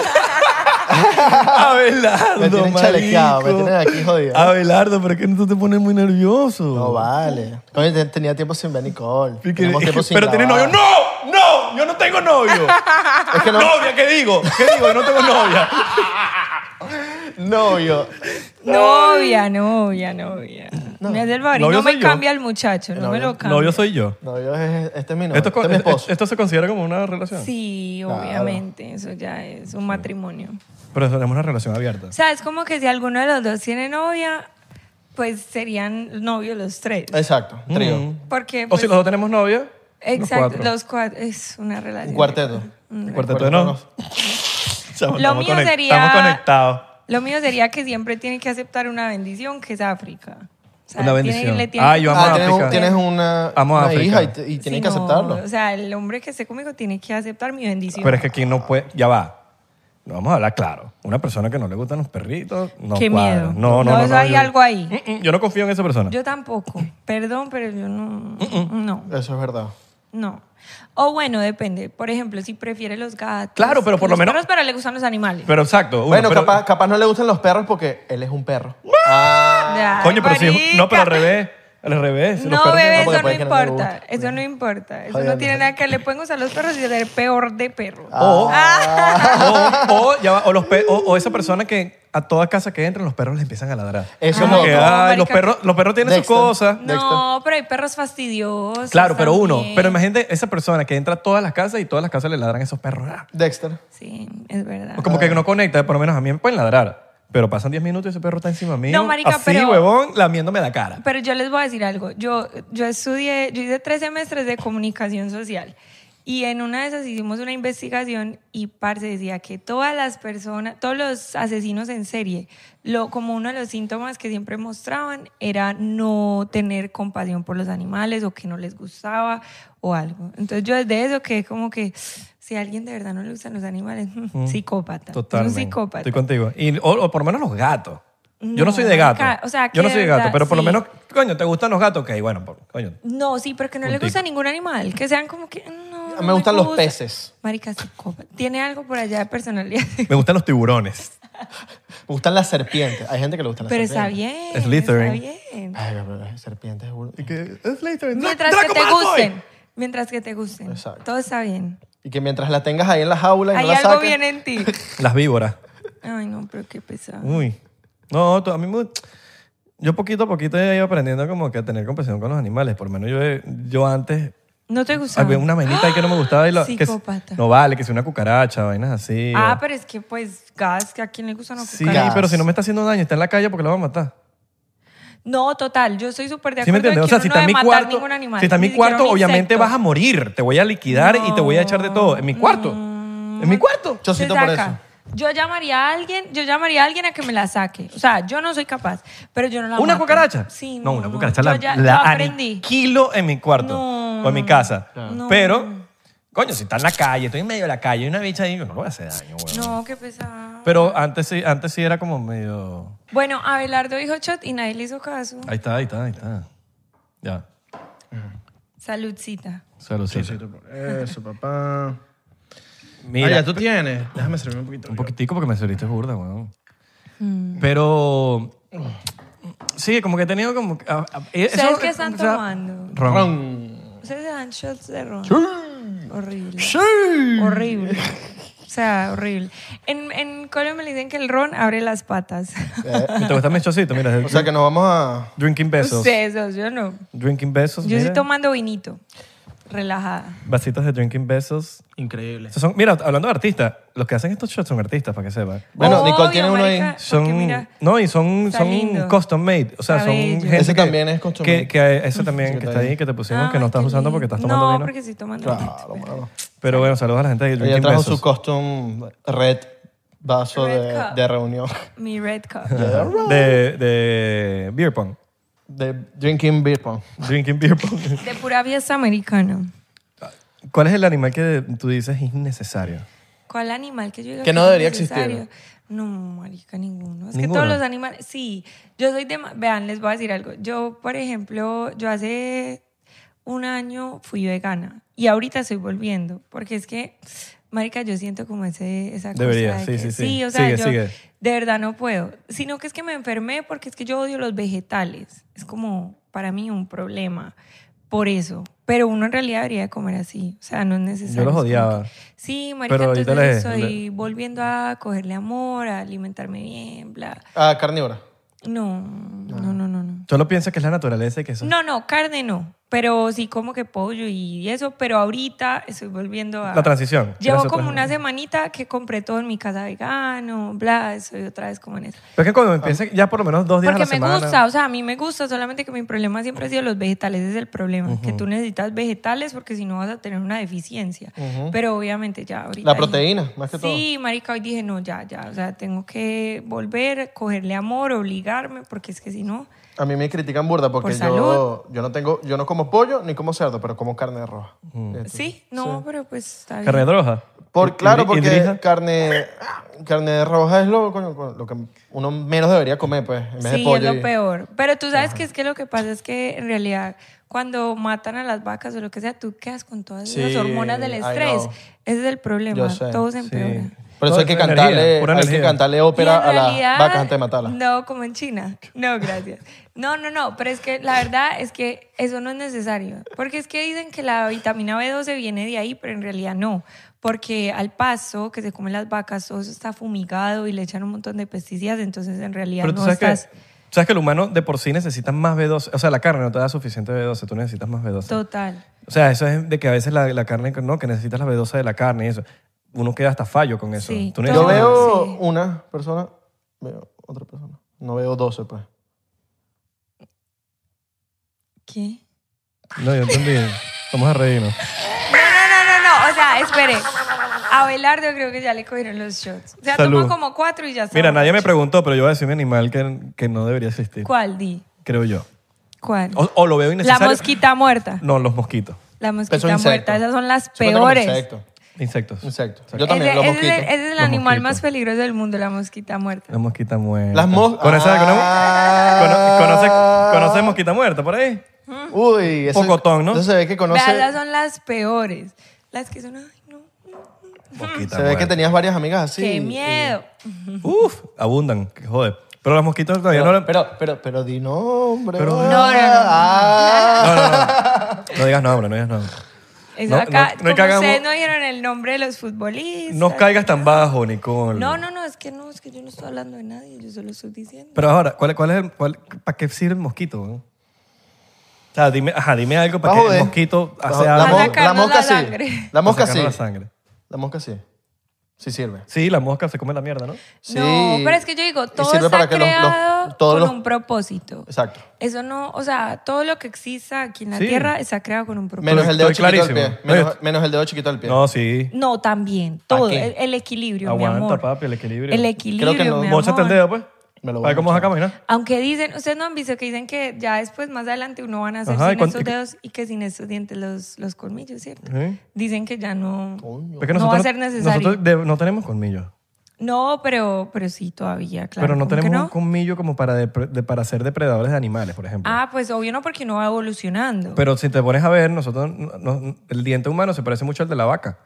Speaker 1: Abelardo,
Speaker 3: Me tienen chalequeado, me
Speaker 1: marico.
Speaker 3: tienen aquí jodido.
Speaker 1: Abelardo, ¿pero qué no tú te pones muy nervioso?
Speaker 3: No vale. Coño, te- tenía tiempo sin ver a Nicole.
Speaker 1: Y que-
Speaker 3: Tenemos tiempo sin
Speaker 1: pero tiene novio.
Speaker 3: grabar.
Speaker 1: ¡No! ¡No! ¡Yo no tengo novio!
Speaker 3: Es que no.
Speaker 1: ¿Novia? ¿Qué digo? ¿Qué digo? Yo no tengo novia.
Speaker 3: Novio.
Speaker 2: Novia, novia, novia. Me hace el favor. y
Speaker 1: Novio
Speaker 2: No me
Speaker 1: soy yo.
Speaker 2: cambia el muchacho, no me lo cambia.
Speaker 1: Novio soy yo.
Speaker 3: Novio es. Este es mi novio.
Speaker 1: Esto,
Speaker 3: este es mi esposo.
Speaker 1: esto se considera como una relación.
Speaker 2: Sí,
Speaker 3: Claro.
Speaker 2: obviamente, eso ya es un matrimonio.
Speaker 1: Pero tenemos una relación abierta.
Speaker 2: O sea, es como que si alguno de los dos tiene novia, pues serían novios los tres.
Speaker 3: Exacto. Trío.
Speaker 1: Mm.
Speaker 2: Porque,
Speaker 1: O
Speaker 2: pues,
Speaker 1: si los dos tenemos novia.
Speaker 2: exacto,
Speaker 1: Los cuatro.
Speaker 2: los cuatro, es una relación.
Speaker 3: Un cuarteto.
Speaker 2: Mm.
Speaker 1: Cuarteto de novios. Chamo,
Speaker 2: Lo
Speaker 1: estamos
Speaker 2: mío
Speaker 1: conect-
Speaker 2: sería.
Speaker 1: Estamos conectados.
Speaker 2: Lo mío sería que siempre tiene que aceptar una bendición, que es África. O sea,
Speaker 1: Una
Speaker 2: tiene-
Speaker 1: bendición.
Speaker 2: le tiene
Speaker 1: Ah,
Speaker 2: que-
Speaker 1: yo amo
Speaker 3: Ah,
Speaker 1: a
Speaker 3: tienes, un-
Speaker 1: África.
Speaker 3: tienes una,
Speaker 1: Amo a
Speaker 3: una
Speaker 1: África.
Speaker 3: hija y, te- y tienes
Speaker 2: Sí,
Speaker 3: que
Speaker 2: no,
Speaker 3: aceptarlo.
Speaker 2: O sea, el hombre que esté conmigo tiene que aceptar mi bendición.
Speaker 1: Pero es que aquí no puede. Ya va. No vamos a hablar claro. Una persona que no le gustan los perritos, no
Speaker 2: Qué
Speaker 1: cuadra.
Speaker 2: miedo.
Speaker 1: No, no,
Speaker 2: No,
Speaker 1: no.
Speaker 2: eso hay
Speaker 1: yo-
Speaker 2: algo ahí.
Speaker 1: Mm, mm, Yo no confío en esa persona.
Speaker 2: Yo tampoco. Perdón, pero yo no.
Speaker 3: Mm,
Speaker 2: No,
Speaker 3: Eso es verdad.
Speaker 2: no. O bueno, depende. Por ejemplo, si prefiere los gatos.
Speaker 1: Claro, pero por lo
Speaker 2: los
Speaker 1: menos-
Speaker 2: perros, pero le gustan los animales.
Speaker 1: Pero exacto. uno,
Speaker 3: bueno,
Speaker 1: pero-
Speaker 3: capaz, capaz no le gustan los perros porque él es un perro. Ah,
Speaker 2: Ay,
Speaker 1: Coño, pero si es- No, pero al
Speaker 2: marica.
Speaker 1: revés. Al revés. los
Speaker 2: No,
Speaker 1: perros-
Speaker 2: bebé,
Speaker 3: no,
Speaker 2: eso
Speaker 3: porque
Speaker 2: no
Speaker 3: puede que no te
Speaker 2: importa.
Speaker 3: guste.
Speaker 2: Eso no importa. Eso
Speaker 3: Jodiendo.
Speaker 2: no tiene nada que le pueden usar los perros y ser peor de Ah, perro.
Speaker 1: O, o, o, ya va, o los pe- o, o esa persona que a toda casa que entran, los perros le empiezan a ladrar.
Speaker 3: Eso
Speaker 1: como
Speaker 3: no.
Speaker 1: que,
Speaker 2: No,
Speaker 1: ay, los
Speaker 2: marica.
Speaker 1: perros, los perros tienen sus
Speaker 3: Dexter.
Speaker 1: cosas.
Speaker 2: No, pero hay perros fastidiosos.
Speaker 1: Claro, pero uno.
Speaker 2: también.
Speaker 1: Pero imagínate esa persona que entra a todas las casas y todas las casas le ladran a esos perros. Ah.
Speaker 3: Dexter.
Speaker 2: Sí, es verdad.
Speaker 1: O Como que no conecta, por lo menos a mí me pueden ladrar. Pero pasan 10 minutos y ese perro está encima mío.
Speaker 2: No, marica,
Speaker 1: así,
Speaker 2: pero-
Speaker 1: huevón, lamiéndome la cara.
Speaker 2: Pero yo les voy a decir algo. Yo, yo estudié, yo hice tres semestres de comunicación social. Y en una de esas hicimos una investigación y parce decía que todas las personas, todos los asesinos en serie, lo, como uno de los síntomas que siempre mostraban era no tener compasión por los animales o que no les gustaba o algo. Entonces yo desde eso que como que si a alguien de verdad no le gustan los animales, psicópata.
Speaker 1: Mm,
Speaker 2: Es
Speaker 1: Totalmente.
Speaker 2: Un psicópata.
Speaker 1: Estoy contigo. Y, o, o por lo menos los gatos. Yo no
Speaker 2: No,
Speaker 1: soy de gato.
Speaker 2: marica, o sea,
Speaker 1: Yo
Speaker 2: que
Speaker 1: no soy de
Speaker 2: de
Speaker 1: gato,
Speaker 2: verdad,
Speaker 1: pero por lo
Speaker 2: sí.
Speaker 1: menos, coño, ¿te gustan los gatos? Ok, bueno, por- coño.
Speaker 2: No, sí, pero que no le
Speaker 1: Puntico.
Speaker 2: gusta ningún animal. Que sean como que. "Mm, No, no
Speaker 3: Me gustan los
Speaker 2: gusta.
Speaker 3: peces.
Speaker 2: Marica, psicópata. Tiene algo por allá de personalidad.
Speaker 1: Me gustan los tiburones.
Speaker 3: Me gustan las serpientes. Hay gente que le gustan las
Speaker 2: Pero está
Speaker 3: serpientes.
Speaker 2: bien. Está
Speaker 1: Slytherin.
Speaker 2: bien.
Speaker 3: Ay, pero las serpientes. es bur-
Speaker 1: Y que, es Slytherin. Dra-
Speaker 2: Mientras
Speaker 1: Ah. Draco
Speaker 2: que te
Speaker 1: Malfoy.
Speaker 2: gusten. Mientras que te gusten.
Speaker 3: Exacto.
Speaker 2: Todo está bien.
Speaker 3: Y que mientras la tengas ahí en la jaula y
Speaker 2: Hay
Speaker 3: no la
Speaker 2: algo
Speaker 3: saques.
Speaker 2: bien en ti.
Speaker 1: pues. Las víboras.
Speaker 2: Ay, no, pero qué pesado.
Speaker 1: Uy. No, to- a mí me... Yo poquito a poquito he ido aprendiendo como que a tener compasión con los animales. Por lo menos yo, he- yo antes
Speaker 2: No te
Speaker 1: había
Speaker 2: gustaba.
Speaker 1: una vainita ahí que no me gustaba. Y la, que,
Speaker 2: Psicópata.
Speaker 1: no vale, que sea una cucaracha, vainas así.
Speaker 2: Ah,
Speaker 1: o-
Speaker 2: pero es que, pues, gas, que a quien le gustan los
Speaker 1: Sí,
Speaker 2: cucarachas.
Speaker 1: pero si no me está haciendo daño, está en la calle porque la va a matar.
Speaker 2: No, total. Yo soy súper de
Speaker 1: ¿Sí me
Speaker 2: acuerdo. de
Speaker 1: entiendes? O
Speaker 2: que
Speaker 1: sea,
Speaker 2: uno
Speaker 1: si
Speaker 2: no
Speaker 1: está en
Speaker 2: debe
Speaker 1: mi
Speaker 2: matar
Speaker 1: cuarto,
Speaker 2: ningún animal,
Speaker 1: si está en
Speaker 2: ni
Speaker 1: mi
Speaker 2: siquiera un
Speaker 1: cuarto, obviamente
Speaker 2: insecto.
Speaker 1: vas a morir. Te voy a liquidar y te voy a echar de todo. En mi cuarto. En mi cuarto.
Speaker 3: Chocito
Speaker 2: Se
Speaker 3: por
Speaker 2: saca.
Speaker 3: eso.
Speaker 2: Yo llamaría a alguien, yo llamaría a alguien a que me la saque. O sea, yo no soy capaz, pero yo no la
Speaker 1: ¿Una
Speaker 2: mato.
Speaker 1: cucaracha?
Speaker 2: Sí,
Speaker 1: No,
Speaker 2: no.
Speaker 1: una
Speaker 2: no.
Speaker 1: cucaracha
Speaker 2: Yo
Speaker 1: la,
Speaker 2: ya-
Speaker 1: la
Speaker 2: yo aprendí.
Speaker 1: aniquilo en mi cuarto
Speaker 2: No,
Speaker 1: o en mi casa.
Speaker 2: No.
Speaker 1: Pero, coño, si está en la calle, estoy en medio de la calle y una bicha ahí, yo no le voy a hacer daño, güey.
Speaker 2: No, qué pesado.
Speaker 1: Pero antes sí, antes sí era como medio...
Speaker 2: Bueno, Abelardo dijo shot y nadie le hizo caso.
Speaker 1: Ahí está, ahí está, ahí está. Ya.
Speaker 2: Saludcita.
Speaker 1: Saludcita.
Speaker 3: Eso, papá. Ah,
Speaker 1: Mira,
Speaker 3: tienes. Déjame servirme un poquito.
Speaker 1: Un poquitico porque me serviste burda, weón.
Speaker 2: Mm.
Speaker 1: Pero. Sí, como que he tenido como. que- a- a- eso-
Speaker 2: ¿Ustedes qué están
Speaker 1: o sea,
Speaker 2: tomando?
Speaker 1: Ron.
Speaker 2: Ustedes se dan shots de ron. Horrible. Horrible. O sea, horrible. En, en Colombia le dicen que el ron abre las patas.
Speaker 1: eh, ¿Te gustan mis chocitos? Mira, es
Speaker 3: O sea que nos vamos a...
Speaker 1: drinking besos.
Speaker 2: Ustedes dos, yo no.
Speaker 1: Drinking besos.
Speaker 2: Yo
Speaker 1: mira.
Speaker 2: estoy tomando vinito. relajada.
Speaker 1: Vasitos de Drinking Besos.
Speaker 3: Increíble.
Speaker 1: Estos son- mira, hablando de artistas, los que hacen estos shots son artistas, para que sepan.
Speaker 3: Bueno,
Speaker 2: Obvio,
Speaker 3: Nicole tiene uno ahí.
Speaker 2: marica, porque
Speaker 1: Son,
Speaker 2: mira,
Speaker 1: no, y son,
Speaker 2: está
Speaker 1: son
Speaker 2: lindo.
Speaker 1: custom made. O sea,
Speaker 2: Está
Speaker 1: son
Speaker 2: bello.
Speaker 1: gente
Speaker 3: Ese
Speaker 1: que-
Speaker 3: también es custom
Speaker 1: que,
Speaker 3: made.
Speaker 1: que Ese también que está ahí, que te pusimos, que no
Speaker 2: Ay,
Speaker 1: estás
Speaker 2: qué
Speaker 1: usando porque
Speaker 2: lindo.
Speaker 1: estás tomando
Speaker 2: ah, no,
Speaker 1: vino.
Speaker 2: porque estoy tomando
Speaker 3: Claro,
Speaker 2: vino.
Speaker 3: mano.
Speaker 1: Pero bueno, saludos a la gente de
Speaker 3: Ella
Speaker 1: Drinking
Speaker 3: trajo
Speaker 1: Besos.
Speaker 3: su custom red vaso
Speaker 2: Red
Speaker 3: de,
Speaker 2: cup.
Speaker 3: de reunión.
Speaker 2: Mi red cup.
Speaker 1: Ajá. De, de beer pong.
Speaker 3: De drinking beer pong.
Speaker 1: Drinking beer pong.
Speaker 2: De pura fiesta americana.
Speaker 1: ¿Cuál es el animal que tú dices es innecesario?
Speaker 2: ¿Cuál animal que yo diga
Speaker 3: Que no
Speaker 2: es
Speaker 3: debería
Speaker 2: necesario?
Speaker 3: existir.
Speaker 2: No, marica, ninguno. Es que
Speaker 1: Ninguno.
Speaker 2: todos los animales... Sí, yo soy de... ma- Vean, les voy a decir algo. Yo, por ejemplo, yo hace un año fui vegana y ahorita estoy volviendo porque es que, marica, yo siento como ese, esa cosa
Speaker 1: Debería,
Speaker 2: de
Speaker 1: sí, sí,
Speaker 2: que-
Speaker 1: sí.
Speaker 2: o sea,
Speaker 1: Sigue,
Speaker 2: yo
Speaker 1: sigue.
Speaker 2: de verdad no puedo. Sino que es que me enfermé porque es que yo odio los vegetales. Es como para mí un problema por eso. Pero uno en realidad debería de comer así. O sea, no es necesario.
Speaker 1: Yo los
Speaker 2: Es como
Speaker 1: odiaba.
Speaker 2: que- Sí, marica,
Speaker 1: Pero ahorita
Speaker 2: entonces
Speaker 1: le-
Speaker 2: estoy volviendo a cogerle amor, a alimentarme bien, bla.
Speaker 3: Ah, carnívora.
Speaker 2: No, no, no, no, no.
Speaker 1: Solo piensa que es la naturaleza y que eso.
Speaker 2: No, no, carne no. Pero sí como que pollo y eso, pero ahorita estoy volviendo a...
Speaker 1: La transición.
Speaker 2: Llevo
Speaker 1: Gracias,
Speaker 2: como
Speaker 1: pues.
Speaker 2: una semanita que compré todo en mi casa vegano, bla, soy otra vez como en eso.
Speaker 1: Pero es que
Speaker 3: Ah.
Speaker 1: cuando empieza ya por lo menos dos días
Speaker 2: Porque
Speaker 1: a la
Speaker 2: me
Speaker 1: semana.
Speaker 2: gusta, o sea, a mí me gusta, solamente que mi problema siempre ha sido los vegetales, ese es el problema, que tú necesitas vegetales porque si no vas a tener una deficiencia. Pero obviamente ya ahorita...
Speaker 3: La
Speaker 2: dije-
Speaker 3: proteína, más que todo.
Speaker 2: Sí, marica, hoy dije, no, ya, ya, o sea, tengo que volver, cogerle amor, obligarme, porque es que si no...
Speaker 3: A mí me critican burda porque
Speaker 2: Por salud.
Speaker 3: yo, yo no tengo, yo no como pollo ni como cerdo, pero como carne roja. Esto.
Speaker 2: Sí, no, pero pues está bien.
Speaker 1: Carne de droga.
Speaker 3: Por, claro,
Speaker 1: Hidri-
Speaker 3: porque
Speaker 1: hidrija.
Speaker 3: carne, carne roja es lo, coño, lo que uno menos debería comer, pues, en vez de
Speaker 2: Sí,
Speaker 3: pollo.
Speaker 2: es lo
Speaker 3: y-
Speaker 2: peor. Pero tú sabes que es que lo que pasa es que en realidad cuando matan a las vacas o lo que sea, tú quedas con todas
Speaker 3: Sí,
Speaker 2: las hormonas del
Speaker 3: I
Speaker 2: estrés.
Speaker 3: know.
Speaker 2: Ese es el problema.
Speaker 3: Yo sé,
Speaker 2: Todo se
Speaker 1: Sí.
Speaker 2: empeora.
Speaker 3: Por eso
Speaker 1: Todo
Speaker 3: hay que
Speaker 1: es energía,
Speaker 3: cantarle,
Speaker 1: pura
Speaker 3: hay que
Speaker 1: energía.
Speaker 3: cantarle
Speaker 2: Y
Speaker 3: ópera
Speaker 2: en
Speaker 3: a
Speaker 2: realidad,
Speaker 3: las vacas antes de matarlas.
Speaker 2: No, como en China. No, gracias. No, no, no, pero es que la verdad es que eso no es necesario. Porque es que dicen que la vitamina B12 viene de ahí, pero en realidad no. Porque al paso que se comen las vacas, todo eso está fumigado y le echan un montón de pesticidas, entonces en realidad
Speaker 1: Pero
Speaker 2: no
Speaker 1: tú sabes
Speaker 2: estás...
Speaker 1: que, sabes que el humano de por sí necesita más B12. O sea, la carne no te da suficiente B12, tú necesitas más B12.
Speaker 2: Total.
Speaker 1: O sea, eso es de que a veces la, la carne, no, que necesitas la B12 de la carne y eso. Uno queda hasta fallo con eso.
Speaker 2: Sí,
Speaker 1: Tú
Speaker 2: todo.
Speaker 3: Yo
Speaker 1: necesitas-
Speaker 3: veo
Speaker 2: Sí.
Speaker 3: una persona, veo otra persona. No veo 12, pues.
Speaker 2: ¿Qué?
Speaker 1: No, yo entendí. Vamos a reírnos.
Speaker 2: No, no, no, no, no. O sea, espere. A Belardo creo que ya le cogieron los shots. O sea,
Speaker 1: Salud.
Speaker 2: tomó como cuatro y ya está.
Speaker 1: Mira, nadie me preguntó, pero yo voy a decir mi animal que, que no debería existir.
Speaker 2: ¿Cuál, Di?
Speaker 1: Creo yo.
Speaker 2: ¿Cuál?
Speaker 1: O, o lo veo
Speaker 2: La
Speaker 1: innecesario.
Speaker 2: mosquita muerta.
Speaker 1: No, los mosquitos.
Speaker 2: La
Speaker 3: Eso
Speaker 2: mosquita
Speaker 3: es
Speaker 2: muerta.
Speaker 3: insecto.
Speaker 2: Esas son las
Speaker 3: Eso cuenta como
Speaker 2: peores.
Speaker 3: Insecto.
Speaker 1: Insectos.
Speaker 3: Insecto.
Speaker 1: Exacto.
Speaker 3: eh. Yo también,
Speaker 2: ese,
Speaker 3: los
Speaker 2: ese es el-
Speaker 3: mosquitos.
Speaker 2: ese es el
Speaker 1: Los
Speaker 2: animal
Speaker 1: mosquitos.
Speaker 2: más peligroso del mundo, la mosquita muerta.
Speaker 1: La mosquita muerta.
Speaker 3: Las mos-
Speaker 1: ¿Conoces,
Speaker 3: Ah.
Speaker 1: cono- conoces- conoces mosquita muerta por ahí?
Speaker 3: Uy, ese,
Speaker 1: Pocotón, ¿no?
Speaker 3: Eso se ve
Speaker 2: Vea,
Speaker 3: que conoce.
Speaker 2: esas son las peores. Las que son, ay, no.
Speaker 1: Mosquita
Speaker 3: Se ve que
Speaker 1: muerta.
Speaker 3: tenías varias amigas así.
Speaker 2: Qué miedo.
Speaker 1: Uf, abundan, que joder. Pero los mosquitos todavía no
Speaker 3: Pero,
Speaker 1: lo-
Speaker 3: pero, pero, pero di nombre.
Speaker 1: Pero-
Speaker 3: ah,
Speaker 1: No,
Speaker 2: no, no, no.
Speaker 3: ah.
Speaker 1: No, no, no. No digas nombre, no digas nombre.
Speaker 2: Eso
Speaker 1: No,
Speaker 2: acá,
Speaker 1: no, no
Speaker 2: como
Speaker 1: cagamos-
Speaker 2: ustedes no dijeron el nombre de los futbolistas.
Speaker 1: No caigas tan bajo, Nicole.
Speaker 2: No, no, no, es que no, es que yo no estoy hablando de nadie, yo solo estoy diciendo.
Speaker 1: Pero ahora, ¿cuál, cuál es el, cuál, ¿para qué sirve el mosquito? weón? O sea, dime, ajá, dime algo para
Speaker 3: Va a
Speaker 1: que el
Speaker 3: joder.
Speaker 1: mosquito
Speaker 3: La-
Speaker 1: hace
Speaker 3: la,
Speaker 1: algo.
Speaker 3: mo-
Speaker 2: Para
Speaker 3: la
Speaker 2: sacarnos
Speaker 3: mosca
Speaker 2: la
Speaker 3: sí.
Speaker 2: sangre.
Speaker 3: La mosca
Speaker 1: para sacarnos
Speaker 3: sí.
Speaker 1: la sangre.
Speaker 3: La mosca sí. Sí sirve.
Speaker 1: Sí, la mosca se come la mierda, ¿no?
Speaker 3: Sí.
Speaker 2: No, pero es que yo digo,
Speaker 3: Y
Speaker 2: todo
Speaker 3: sirve
Speaker 2: está
Speaker 3: para que los- los-
Speaker 2: creado
Speaker 3: todos
Speaker 2: con
Speaker 3: los-
Speaker 2: un propósito.
Speaker 3: Exacto.
Speaker 2: Eso no, o sea, todo lo que exista aquí en la
Speaker 1: Sí.
Speaker 2: Tierra está creado con un propósito.
Speaker 3: Menos el dedo
Speaker 1: Estoy
Speaker 3: chiquito del
Speaker 1: clarísimo.
Speaker 3: pie. Menos,
Speaker 1: Oye.
Speaker 3: menos el dedo chiquito del pie.
Speaker 1: No, sí.
Speaker 2: No, también, todo,
Speaker 3: qué?
Speaker 2: el, el equilibrio, mi
Speaker 1: Aguanta,
Speaker 2: amor.
Speaker 1: papi, el equilibrio.
Speaker 2: El equilibrio,
Speaker 3: Creo que no-
Speaker 2: mi
Speaker 1: Mochate el
Speaker 2: amor.
Speaker 1: dedo, pues.
Speaker 3: Me lo voy
Speaker 1: ¿Sabes
Speaker 3: a
Speaker 1: cómo vas a caminar?
Speaker 2: Aunque dicen, ustedes no han visto que dicen que ya después, más adelante, uno van a hacer
Speaker 1: Ajá, y
Speaker 2: sin
Speaker 1: con-
Speaker 2: estos
Speaker 1: y que-
Speaker 2: dedos y que sin estos dientes los, los colmillos, ¿cierto?
Speaker 1: Sí.
Speaker 2: Dicen que ya no...
Speaker 3: Coño.
Speaker 1: Porque
Speaker 2: No va a ser necesario.
Speaker 1: Nosotros de- no tenemos colmillos.
Speaker 2: No, pero, pero sí, todavía, claro.
Speaker 1: pero no
Speaker 2: ¿cómo que
Speaker 1: tenemos un colmillo como para, depre- de- para ser depredadores de animales, por ejemplo.
Speaker 2: Ah, pues obvio no, porque no va evolucionando.
Speaker 1: Pero si te pones a ver, nosotros no- no- el diente humano se parece mucho al de la vaca.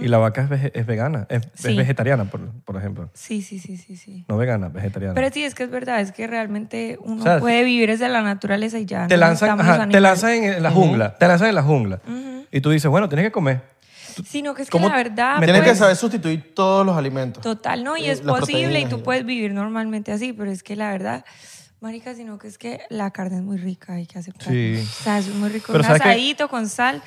Speaker 1: Y la vaca es, vege- es vegana, es, es
Speaker 2: Sí.
Speaker 1: vegetariana, por, por ejemplo.
Speaker 2: Sí, sí, sí, sí, sí.
Speaker 1: No vegana, vegetariana.
Speaker 2: Pero sí, es que es verdad, es que realmente uno
Speaker 1: O sea,
Speaker 2: puede vivir desde la naturaleza y ya.
Speaker 1: te,
Speaker 2: no
Speaker 1: lanzan,
Speaker 2: necesitamos
Speaker 1: ajá, te
Speaker 2: animales.
Speaker 1: lanzan en la jungla, te lanzan en la jungla. Y tú dices, bueno, tienes que comer.
Speaker 2: Sino que es que
Speaker 1: ¿Cómo
Speaker 2: la verdad.
Speaker 1: me
Speaker 3: Tienes que
Speaker 2: pues,
Speaker 3: saber sustituir todos los alimentos.
Speaker 2: Total, no, y
Speaker 3: Eh,
Speaker 2: es
Speaker 3: las
Speaker 2: posible y
Speaker 3: proteínas y
Speaker 2: tú
Speaker 3: ya.
Speaker 2: puedes vivir normalmente así, pero es que la verdad. Marica, sino que es que la carne es muy rica, hay que aceptar.
Speaker 1: Sí.
Speaker 2: O sea, eso es muy rico.
Speaker 1: Pero
Speaker 2: Un
Speaker 1: ¿sabes qué?
Speaker 2: asadito con sal.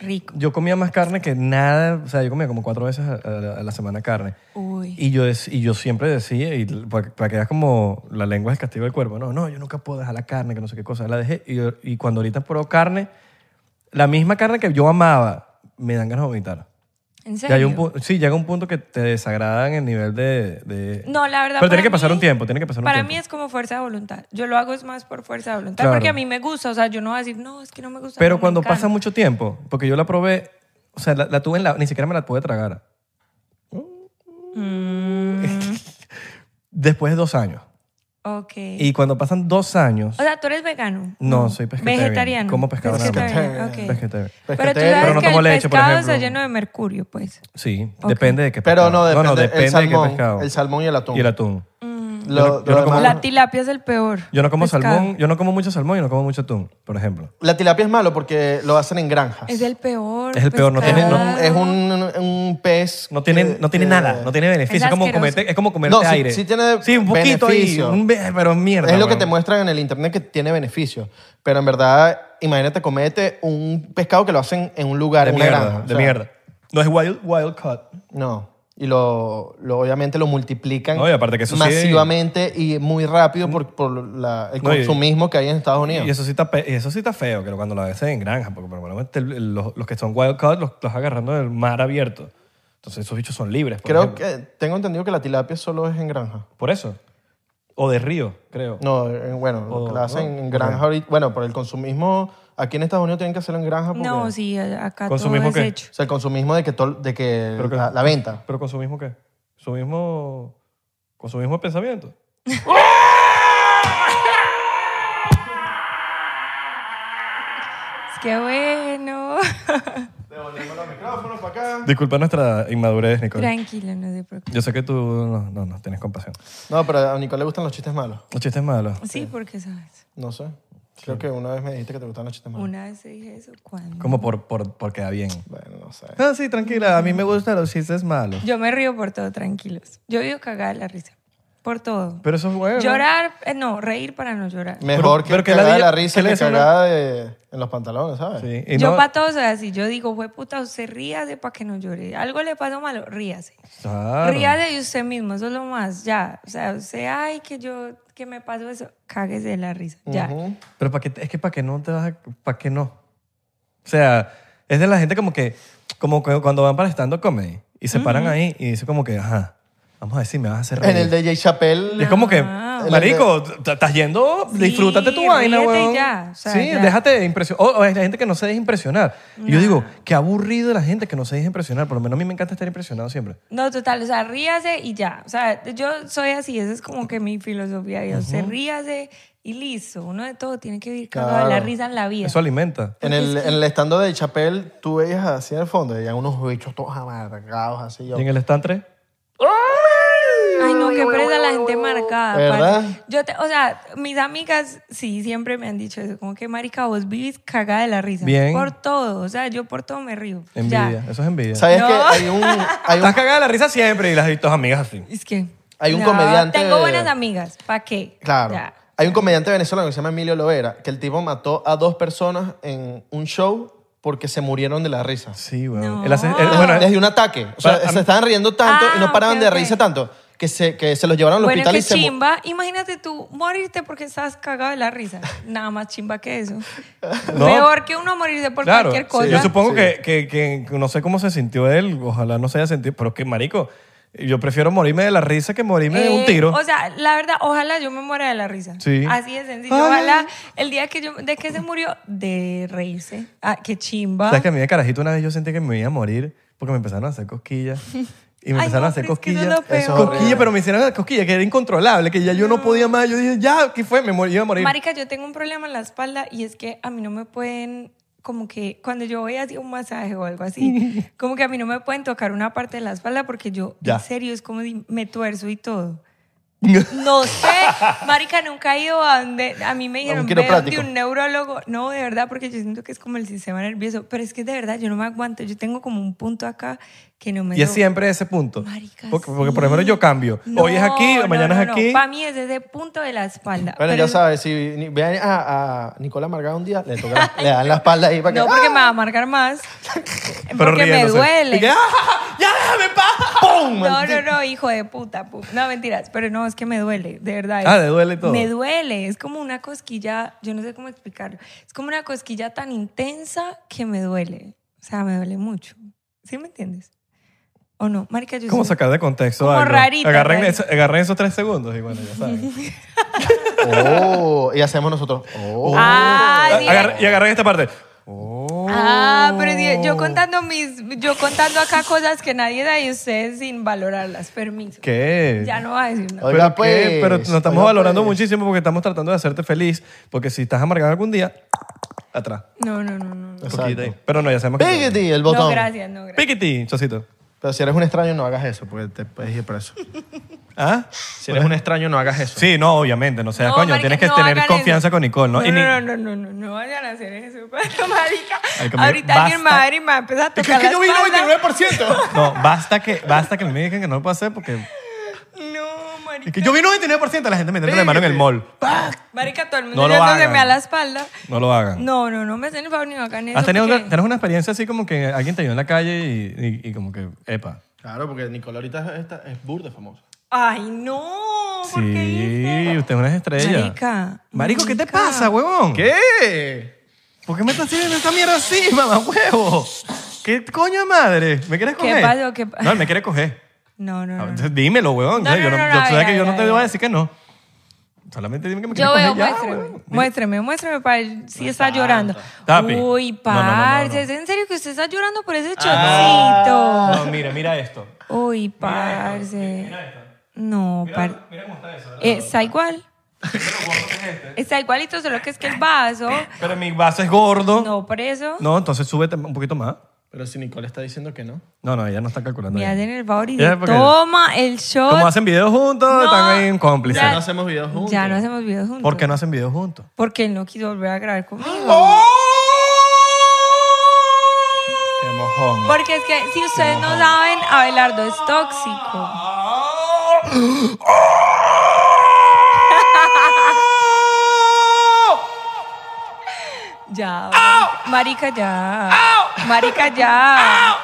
Speaker 2: Rico.
Speaker 1: Yo comía más carne que nada, o sea, yo comía como cuatro veces a, a la- a la semana carne.
Speaker 2: Uy.
Speaker 1: Y yo, dec- y yo siempre decía, y l- para, para que veas como la lengua es el castigo del cuerpo, no, no, yo nunca puedo dejar la carne, que no sé qué cosa, la dejé. Y, yo- y cuando ahorita pruebo carne, la misma carne que yo amaba, me dan ganas de vomitar.
Speaker 2: ¿En
Speaker 1: Ya
Speaker 2: serio?
Speaker 1: hay un pu- sí, llega un punto que te desagradan el nivel de... de-
Speaker 2: No, la verdad.
Speaker 1: Pero tiene
Speaker 2: para
Speaker 1: que pasar
Speaker 2: mí-
Speaker 1: un tiempo, tiene que pasar un
Speaker 2: Para
Speaker 1: tiempo.
Speaker 2: mí es como fuerza de voluntad. Yo lo hago es más por fuerza de voluntad
Speaker 1: Claro.
Speaker 2: porque a mí me gusta. O sea, yo no voy a decir, no, es que no me gusta. no
Speaker 1: Pero
Speaker 2: me
Speaker 1: cuando
Speaker 2: encanta".
Speaker 1: pasa mucho tiempo, porque yo la probé, o sea, la, la tuve en la... Ni siquiera me la pude tragar.
Speaker 2: Mm,
Speaker 1: Después de dos años.
Speaker 2: ok.
Speaker 1: Y cuando pasan dos años...
Speaker 2: o sea, tú eres vegano.
Speaker 1: No, soy pescatarian.
Speaker 2: Vegetariano.
Speaker 1: Como pescado nada más.
Speaker 2: Pescatarian, ok.
Speaker 1: Vegetariano.
Speaker 2: Pero tú
Speaker 3: Pescatarian.
Speaker 2: sabes
Speaker 1: Pero no
Speaker 2: que
Speaker 1: tomo
Speaker 2: el
Speaker 1: leche, por
Speaker 2: pescado
Speaker 1: ejemplo.
Speaker 2: está lleno de mercurio, pues.
Speaker 1: Sí,
Speaker 2: Ok.
Speaker 1: depende de qué pescado.
Speaker 3: Pero no, depende,
Speaker 1: no, depende
Speaker 3: el salmón,
Speaker 1: de qué pescado.
Speaker 3: el salmón y el atún.
Speaker 1: y el atún.
Speaker 3: Lo-
Speaker 1: Yo no- yo
Speaker 3: lo
Speaker 1: no como-
Speaker 3: demás-
Speaker 2: Mm. La tilapia es el peor.
Speaker 1: Ah. Yo no como
Speaker 2: pescado.
Speaker 1: salmón, yo no como mucho salmón y no como mucho atún, por ejemplo.
Speaker 3: la tilapia es malo porque lo hacen en granjas.
Speaker 2: Es el peor.
Speaker 1: Es el peor, no
Speaker 3: Es
Speaker 1: tiene-
Speaker 3: un,
Speaker 1: no-
Speaker 2: pescado.
Speaker 3: es un- un pez.
Speaker 1: No tiene,
Speaker 3: que-
Speaker 1: no tiene
Speaker 3: que-
Speaker 1: nada, no tiene beneficio. Es, como
Speaker 2: asqueroso.
Speaker 1: comerte, es como comerte
Speaker 3: Eh, No, sí-
Speaker 1: aire.
Speaker 3: sí tiene
Speaker 1: Sí, un poquito
Speaker 3: beneficio.
Speaker 1: ahí, un be- pero mierda.
Speaker 3: Es lo que
Speaker 1: weón.
Speaker 3: te muestran en el internet que tiene beneficios. Pero en verdad, imagínate comete un pescado que lo hacen en un lugar,
Speaker 1: De
Speaker 3: en una
Speaker 1: mierda,
Speaker 3: granja. o
Speaker 1: de
Speaker 3: sea,
Speaker 1: mierda. No es wild, wild cut.
Speaker 3: No. Y lo, lo- obviamente lo multiplican
Speaker 1: No, y aparte que eso sí-
Speaker 3: masivamente y muy rápido por, por la- el
Speaker 1: No, y-
Speaker 3: consumismo que hay en Estados Unidos.
Speaker 1: Y eso sí está, pe- y eso sí está feo, que cuando lo hacen en granja, porque normalmente el- el- los, los que son wild cut los, los agarrando del mar abierto. Entonces esos bichos son libres. por
Speaker 3: Creo
Speaker 1: ejemplo.
Speaker 3: que tengo entendido que la tilapia solo es en granja.
Speaker 1: Por eso. O de río, creo.
Speaker 3: No, en- bueno, lo
Speaker 1: O-
Speaker 3: que la hacen
Speaker 1: ¿no?
Speaker 3: en granja ahorita. Bueno, por el consumismo, aquí en Estados Unidos tienen que hacerlo en granja porque.
Speaker 2: No, sí, acá todo
Speaker 1: ¿Consumismo
Speaker 2: es
Speaker 1: qué?
Speaker 2: hecho.
Speaker 3: O sea, el consumismo de que, tol- de que,
Speaker 1: Pero que-
Speaker 3: la, la venta.
Speaker 1: ¿Pero con su mismo qué? ¿Su mismo, ¿Con su mismo pensamiento?
Speaker 2: Es que bueno.
Speaker 3: Devolvemos los micrófonos para acá.
Speaker 1: Disculpa nuestra inmadurez, Nicole.
Speaker 2: Tranquilo, no se preocupe.
Speaker 1: Yo sé que tú no, no, no tienes compasión.
Speaker 3: No, pero a Nicole le gustan los chistes malos.
Speaker 1: Los chistes malos.
Speaker 2: Sí, porque sabes.
Speaker 3: No sé. Creo que una vez me dijiste que te gustan los chistes malos.
Speaker 2: Una vez te dije eso, ¿cuándo?
Speaker 1: Como por, por, por quedar bien.
Speaker 3: Bueno, no sé.
Speaker 1: Ah, sí, tranquila. A mí me gustan los chistes malos.
Speaker 2: Yo me río por todo, tranquilos. Yo vivo cagada de la risa. Por todo.
Speaker 1: Pero eso es bueno.
Speaker 2: Llorar, eh, no, reír para no llorar.
Speaker 3: Mejor
Speaker 1: Pero- pero
Speaker 3: que
Speaker 1: que la
Speaker 3: cagada de
Speaker 1: di-
Speaker 3: la risa
Speaker 1: que le
Speaker 3: que
Speaker 1: des una-
Speaker 3: cagada de- en los pantalones, ¿sabes?
Speaker 1: Sí. y
Speaker 2: Yo
Speaker 1: no-
Speaker 2: para todos soy así. Yo digo, fue puta, usted ríase para que no llore. Algo le pasó malo, ríase.
Speaker 1: Claro.
Speaker 2: Ríase de usted mismo, eso es lo más, ya. O sea, usted, ay, que yo, que me pasó eso, cáguese de la risa, ya.
Speaker 3: Ujú.
Speaker 1: Pero para que, es que para que no te vas a... Para que no. O sea, es de la gente como que... Como cu- cuando van para stand-up comedy y se paran ahí y dicen como que, ajá, vamos a decir, me vas a hacer reír.
Speaker 3: En el de Jay Chappelle.
Speaker 1: Y es como que,
Speaker 2: Ah.
Speaker 1: marico, t- estás yendo,
Speaker 2: Sí,
Speaker 1: disfrútate tu vaina,
Speaker 2: ríete y
Speaker 1: weón.
Speaker 2: ya, o sea,
Speaker 1: sí,
Speaker 2: ya.
Speaker 1: déjate impresionar. O, o es la gente que no se deja impresionar. Y yo digo, qué aburrido la gente que no se deja impresionar. Por lo menos a mí me encanta estar impresionado siempre.
Speaker 2: No, total, o sea, ríase y ya. O sea, yo soy así, esa es como que mi filosofía. Yo sé, ríase y listo. Uno de todo tiene que vivir cagado de la
Speaker 3: Claro.
Speaker 2: risa en la vida.
Speaker 1: Eso alimenta.
Speaker 3: En el, en el estando de Chappelle, tú veías así en el fondo, veían unos bichos todos amargados, así. Yo,
Speaker 1: Y en el stand 3,
Speaker 2: Ay, no, qué presa la gente marcada.
Speaker 3: ¿Verdad?
Speaker 2: parce. Yo te- o sea, mis amigas sí siempre me han dicho eso, como que marica, vos vivís cagada de la risa.
Speaker 1: Bien.
Speaker 2: Por todo, o sea, yo por todo me río.
Speaker 1: envidia.
Speaker 2: Ya.
Speaker 1: Eso es envidia.
Speaker 3: ¿Sabes
Speaker 2: No.
Speaker 3: que hay un, hay un,
Speaker 1: Estás cagada de la risa siempre y las visto amigas así.
Speaker 2: Es que
Speaker 3: Hay un comediante-
Speaker 2: Tengo buenas amigas, ¿para qué?
Speaker 3: Claro.
Speaker 2: Ya.
Speaker 3: Hay un comediante venezolano que se llama Emilio Lovera, que el tipo mató a dos personas en un show porque se murieron de la risa.
Speaker 1: Sí, weón.
Speaker 2: No.
Speaker 1: Él hace- él- bueno,
Speaker 3: Les dio un ataque. O sea,
Speaker 1: Para-
Speaker 3: se estaban riendo tanto y
Speaker 2: Ah,
Speaker 3: no paraban
Speaker 2: ok,
Speaker 3: de
Speaker 2: ok.
Speaker 3: reírse tanto que se, que se los llevaron al
Speaker 2: Bueno,
Speaker 3: hospital
Speaker 2: qué
Speaker 3: y se mu-
Speaker 2: chimba. Imagínate tú morirte porque estás cagado de la risa. Nada más chimba que eso.
Speaker 1: No.
Speaker 2: Peor que uno morirse por
Speaker 1: claro.
Speaker 2: cualquier cosa.
Speaker 1: sí. Yo supongo
Speaker 3: Sí.
Speaker 1: que, que- que- que no sé cómo se sintió él. Ojalá no se haya sentido. Pero es que, marico, yo prefiero morirme de la risa que morirme de un
Speaker 2: Eh,
Speaker 1: tiro.
Speaker 2: O sea, la verdad, ojalá yo me muera de la risa.
Speaker 1: Sí.
Speaker 2: Así de sencillo.
Speaker 1: Ay.
Speaker 2: Ojalá el día que yo, de que se murió, de reírse. Ah, qué chimba.
Speaker 1: ¿Sabes que a mí de carajito una vez yo sentí que me iba a morir porque me empezaron a hacer cosquillas? Y me
Speaker 2: Ay,
Speaker 1: empezaron
Speaker 2: no,
Speaker 1: a hacer
Speaker 2: pero es que eso
Speaker 1: cosquillas.
Speaker 2: es lo peor.
Speaker 3: Eso es horrible.
Speaker 1: cosquillas, pero me hicieron cosquillas, que era incontrolable, que ya yo no podía más. Yo dije, ya, ¿qué fue? Me mor- iba a morir.
Speaker 2: Marica, yo tengo un problema en la espalda y es que a mí no me pueden, como que cuando yo voy hacia un masaje o algo así, como que a mí no me pueden tocar una parte de la espalda porque yo,
Speaker 1: Ya.
Speaker 2: en serio, es como si me tuerzo y todo. No sé, marica, nunca he ido a donde, a mí me dijeron, ve
Speaker 3: quiropráctico.
Speaker 2: de un neurólogo. No, de verdad, porque yo siento que es como el sistema nervioso, pero es que de verdad yo no me aguanto, yo tengo como un punto acá que no me
Speaker 1: Y es
Speaker 2: lo-
Speaker 1: siempre ese punto.
Speaker 2: Marica,
Speaker 1: porque, porque por
Speaker 2: sí.
Speaker 1: ejemplo yo cambio.
Speaker 2: No,
Speaker 1: Hoy es aquí,
Speaker 2: no,
Speaker 1: mañana
Speaker 2: no,
Speaker 1: es
Speaker 2: no.
Speaker 1: aquí.
Speaker 2: Para mí es ese punto de la espalda.
Speaker 3: Bueno,
Speaker 2: pero-
Speaker 3: ya sabes, si ni- vean a, a Nicolás Margado un día, le, toca la- le dan la espalda ahí para que... ¡Ah!
Speaker 2: No, porque me va a marcar más.
Speaker 1: Pero
Speaker 2: porque me
Speaker 1: riéndose.
Speaker 2: duele.
Speaker 3: Y que, ¡ah! ¡Ya déjame en paz! ¡Pum!
Speaker 2: No, no, no, hijo de puta. pu- No, mentiras, pero no, es que me duele, de verdad.
Speaker 1: Ah, ¿le duele todo?
Speaker 2: Me duele, es como una cosquilla, yo no sé cómo explicarlo. Es como una cosquilla tan intensa que me duele. O sea, me duele mucho. ¿Sí me entiendes? ¿O no? Marica, yo
Speaker 1: ¿Cómo
Speaker 2: soy-
Speaker 1: sacar de contexto
Speaker 2: Como
Speaker 1: algo?
Speaker 2: rarito,
Speaker 1: agarren,
Speaker 2: rarito.
Speaker 1: eso- agarren esos tres segundos y bueno, ya saben.
Speaker 3: Oh, y hacemos nosotros. Oh.
Speaker 2: Ah,
Speaker 1: A-
Speaker 2: sí.
Speaker 1: agarren- y agarren esta parte. Oh.
Speaker 2: Ah, pero di- yo contando mis, yo contando acá cosas que nadie da y ustedes sin valorarlas. Permiso.
Speaker 1: ¿Qué?
Speaker 2: Ya no va a decir
Speaker 1: Pero,
Speaker 2: nada.
Speaker 3: Oiga,
Speaker 1: qué,
Speaker 3: pues,
Speaker 1: pero nos estamos
Speaker 3: oiga,
Speaker 1: valorando
Speaker 3: pues.
Speaker 1: muchísimo porque estamos tratando de hacerte feliz. Porque si estás amargado algún día, atrás.
Speaker 2: No, no, no, no. no.
Speaker 3: Exacto.
Speaker 1: Poquito ahí. Pero no, ya sabemos que-
Speaker 3: Biggity, el
Speaker 2: No,
Speaker 3: botón.
Speaker 2: gracias, no, gracias.
Speaker 1: Piquiti, chocito.
Speaker 3: Pero si eres un extraño, no hagas eso, porque te puedes ir preso.
Speaker 1: ¿Ah?
Speaker 3: Si eres un extraño, no hagas eso.
Speaker 1: Sí, no, obviamente, no seas
Speaker 2: No,
Speaker 1: coño.
Speaker 2: marica,
Speaker 1: Tienes que
Speaker 2: no
Speaker 1: tener
Speaker 2: hagan
Speaker 1: confianza
Speaker 2: eso.
Speaker 1: con Nicole, ¿no?
Speaker 2: No,
Speaker 1: Y ni-
Speaker 2: no, no, no, no, no, no vayan a hacer eso, pero, marica.
Speaker 1: Ay, conmigo,
Speaker 2: Ahorita alguien me va a ver y me va a empezar a tocar la espalda.
Speaker 3: 99%.
Speaker 1: No, basta que, basta que me digan que no lo puedo hacer porque...
Speaker 2: No,
Speaker 1: y
Speaker 2: marica.
Speaker 1: que yo vi 99% de la gente metiendo la mano en el mall.
Speaker 2: Marica, todo el
Speaker 1: No
Speaker 2: mundo
Speaker 1: lo
Speaker 2: yéndose
Speaker 1: hagan.
Speaker 2: a la espalda.
Speaker 1: No lo hagan.
Speaker 2: No, no, no me hacen el favor ni me hagan eso.
Speaker 1: ¿Has tenido
Speaker 2: porque-
Speaker 1: una, tenés una experiencia así como que alguien te vio en la calle y, y- y como que, epa?
Speaker 3: Claro, porque Nicolás ahorita es, es burda famosa.
Speaker 2: Ay, no. ¿Por qué
Speaker 1: Sí,
Speaker 2: hice?
Speaker 1: usted es una estrella.
Speaker 2: Marica.
Speaker 1: Marico, ¿qué te
Speaker 2: marica.
Speaker 1: pasa, huevón?
Speaker 3: ¿Qué?
Speaker 1: ¿Por qué me estás haciendo esa mierda así, mamá huevo? ¿Qué coño de madre? ¿Me quieres
Speaker 2: ¿Qué
Speaker 1: coger?
Speaker 2: pasó? ¿Qué pa-
Speaker 1: No, él me quiere coger.
Speaker 2: No, no,
Speaker 1: Ah,
Speaker 2: no. no.
Speaker 1: entonces dímelo, huevón.
Speaker 2: No,
Speaker 1: O sea, yo
Speaker 2: no, no,
Speaker 1: yo-
Speaker 2: no,
Speaker 1: sabes
Speaker 2: ya,
Speaker 1: que yo no
Speaker 2: ya,
Speaker 1: te
Speaker 2: ya.
Speaker 1: voy a decir que no. Solamente dime que me quieres
Speaker 2: Yo
Speaker 1: coger
Speaker 2: veo, pues,
Speaker 1: ya,
Speaker 2: muéstrame,
Speaker 1: huevón.
Speaker 2: muéstrame, muéstrame para ver si está llorando.
Speaker 1: Tapi.
Speaker 2: Uy,
Speaker 1: No, no, no, no,
Speaker 2: parce,
Speaker 1: no.
Speaker 2: ¿es en serio que usted está llorando por ese chocito?
Speaker 1: No, mira, mira esto.
Speaker 2: Uy, parce. No, parce.
Speaker 1: Mira cómo está eso.
Speaker 2: Eh, está igual.
Speaker 1: Pero gordo que es este.
Speaker 2: Está igualito, solo que es que el vaso.
Speaker 1: Pero mi vaso es gordo. No.
Speaker 2: No, por eso.
Speaker 1: entonces súbete un poquito más.
Speaker 3: Pero si Nicole está diciendo que no.
Speaker 1: No, no, ella no está calculando.
Speaker 2: Me
Speaker 1: bien.
Speaker 2: hacen el favor y
Speaker 1: Ya,
Speaker 2: dicen,
Speaker 1: porque-
Speaker 2: toma el shot.
Speaker 1: Como hacen videos juntos,
Speaker 2: No.
Speaker 1: están ahí cómplices.
Speaker 3: Ya no hacemos videos juntos.
Speaker 2: Ya no hacemos videos juntos.
Speaker 1: ¿Por qué no hacen videos juntos?
Speaker 2: Porque él no quiso volver a grabar conmigo.
Speaker 1: ¡Qué mojón!
Speaker 2: Porque es que si ustedes no saben, Abelardo es tóxico. Ah. Ya. Marica, ya. Marica, ya.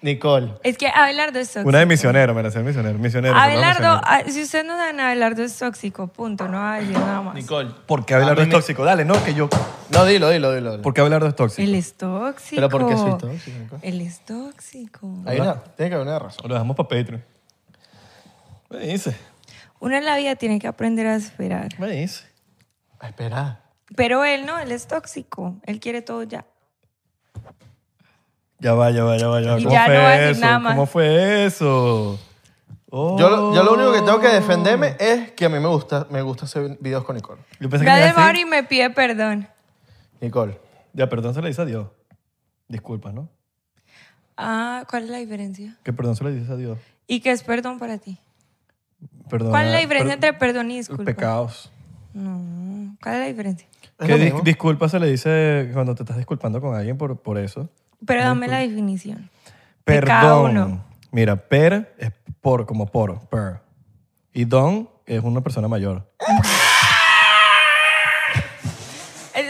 Speaker 3: Nicole.
Speaker 2: Es que Abelardo es tóxico.
Speaker 1: Una de misionero, me la hacía misionero. Misionero. pero no
Speaker 2: Abelardo,
Speaker 1: misionero.
Speaker 2: ah, si ustedes no saben, Abelardo es tóxico, punto. No va a decir nada más.
Speaker 3: Nicole.
Speaker 1: ¿Por qué Abelardo
Speaker 3: A
Speaker 1: es
Speaker 3: mí me-
Speaker 1: tóxico? Dale, no, que yo.
Speaker 3: No, dilo, dilo, dilo. dilo.
Speaker 1: ¿Por qué Abelardo es tóxico?
Speaker 2: Él es tóxico.
Speaker 3: ¿Pero por qué soy tóxico, Nicole?
Speaker 2: Él es tóxico.
Speaker 3: Hay una- tiene que haber una razón.
Speaker 1: Lo dejamos para Patreon. Me dice,
Speaker 2: Uno en la vida tiene que aprender a esperar.
Speaker 1: me dice.
Speaker 3: Ah, Espera.
Speaker 2: Pero él no, él es tóxico. Él quiere todo ya.
Speaker 1: Ya va, ya va, ya va, ya va.
Speaker 2: Y
Speaker 1: ¿Cómo
Speaker 2: ya
Speaker 1: fue
Speaker 2: no va a decir
Speaker 1: eso?
Speaker 2: nada más.
Speaker 1: ¿Cómo fue eso? Oh.
Speaker 3: Yo, lo- yo lo único que tengo que defenderme es que a mí me gusta, me gusta hacer videos con Nicole.
Speaker 1: Yo
Speaker 2: Me
Speaker 1: pensé que me iba a decir-
Speaker 2: y me pide perdón.
Speaker 3: Nicole.
Speaker 1: Ya, perdón se le dice a Dios. Disculpa, ¿no?
Speaker 2: Ah, ¿cuál es la diferencia?
Speaker 1: Que perdón se le dice a Dios.
Speaker 2: ¿Y qué es perdón para ti?
Speaker 1: Perdona-
Speaker 2: ¿Cuál es la diferencia
Speaker 1: per-
Speaker 2: entre perdón y disculpa?
Speaker 1: Pecados.
Speaker 2: No, ¿cuál es la diferencia?
Speaker 3: Es
Speaker 1: Que
Speaker 3: lo
Speaker 1: dis-
Speaker 3: mismo.
Speaker 1: disculpa se le dice cuando te estás disculpando con alguien por, por eso.
Speaker 2: Pero dame la definición. De
Speaker 1: Perdón.
Speaker 2: cada uno.
Speaker 1: Mira, per es por, como por, per. Y don es una persona mayor.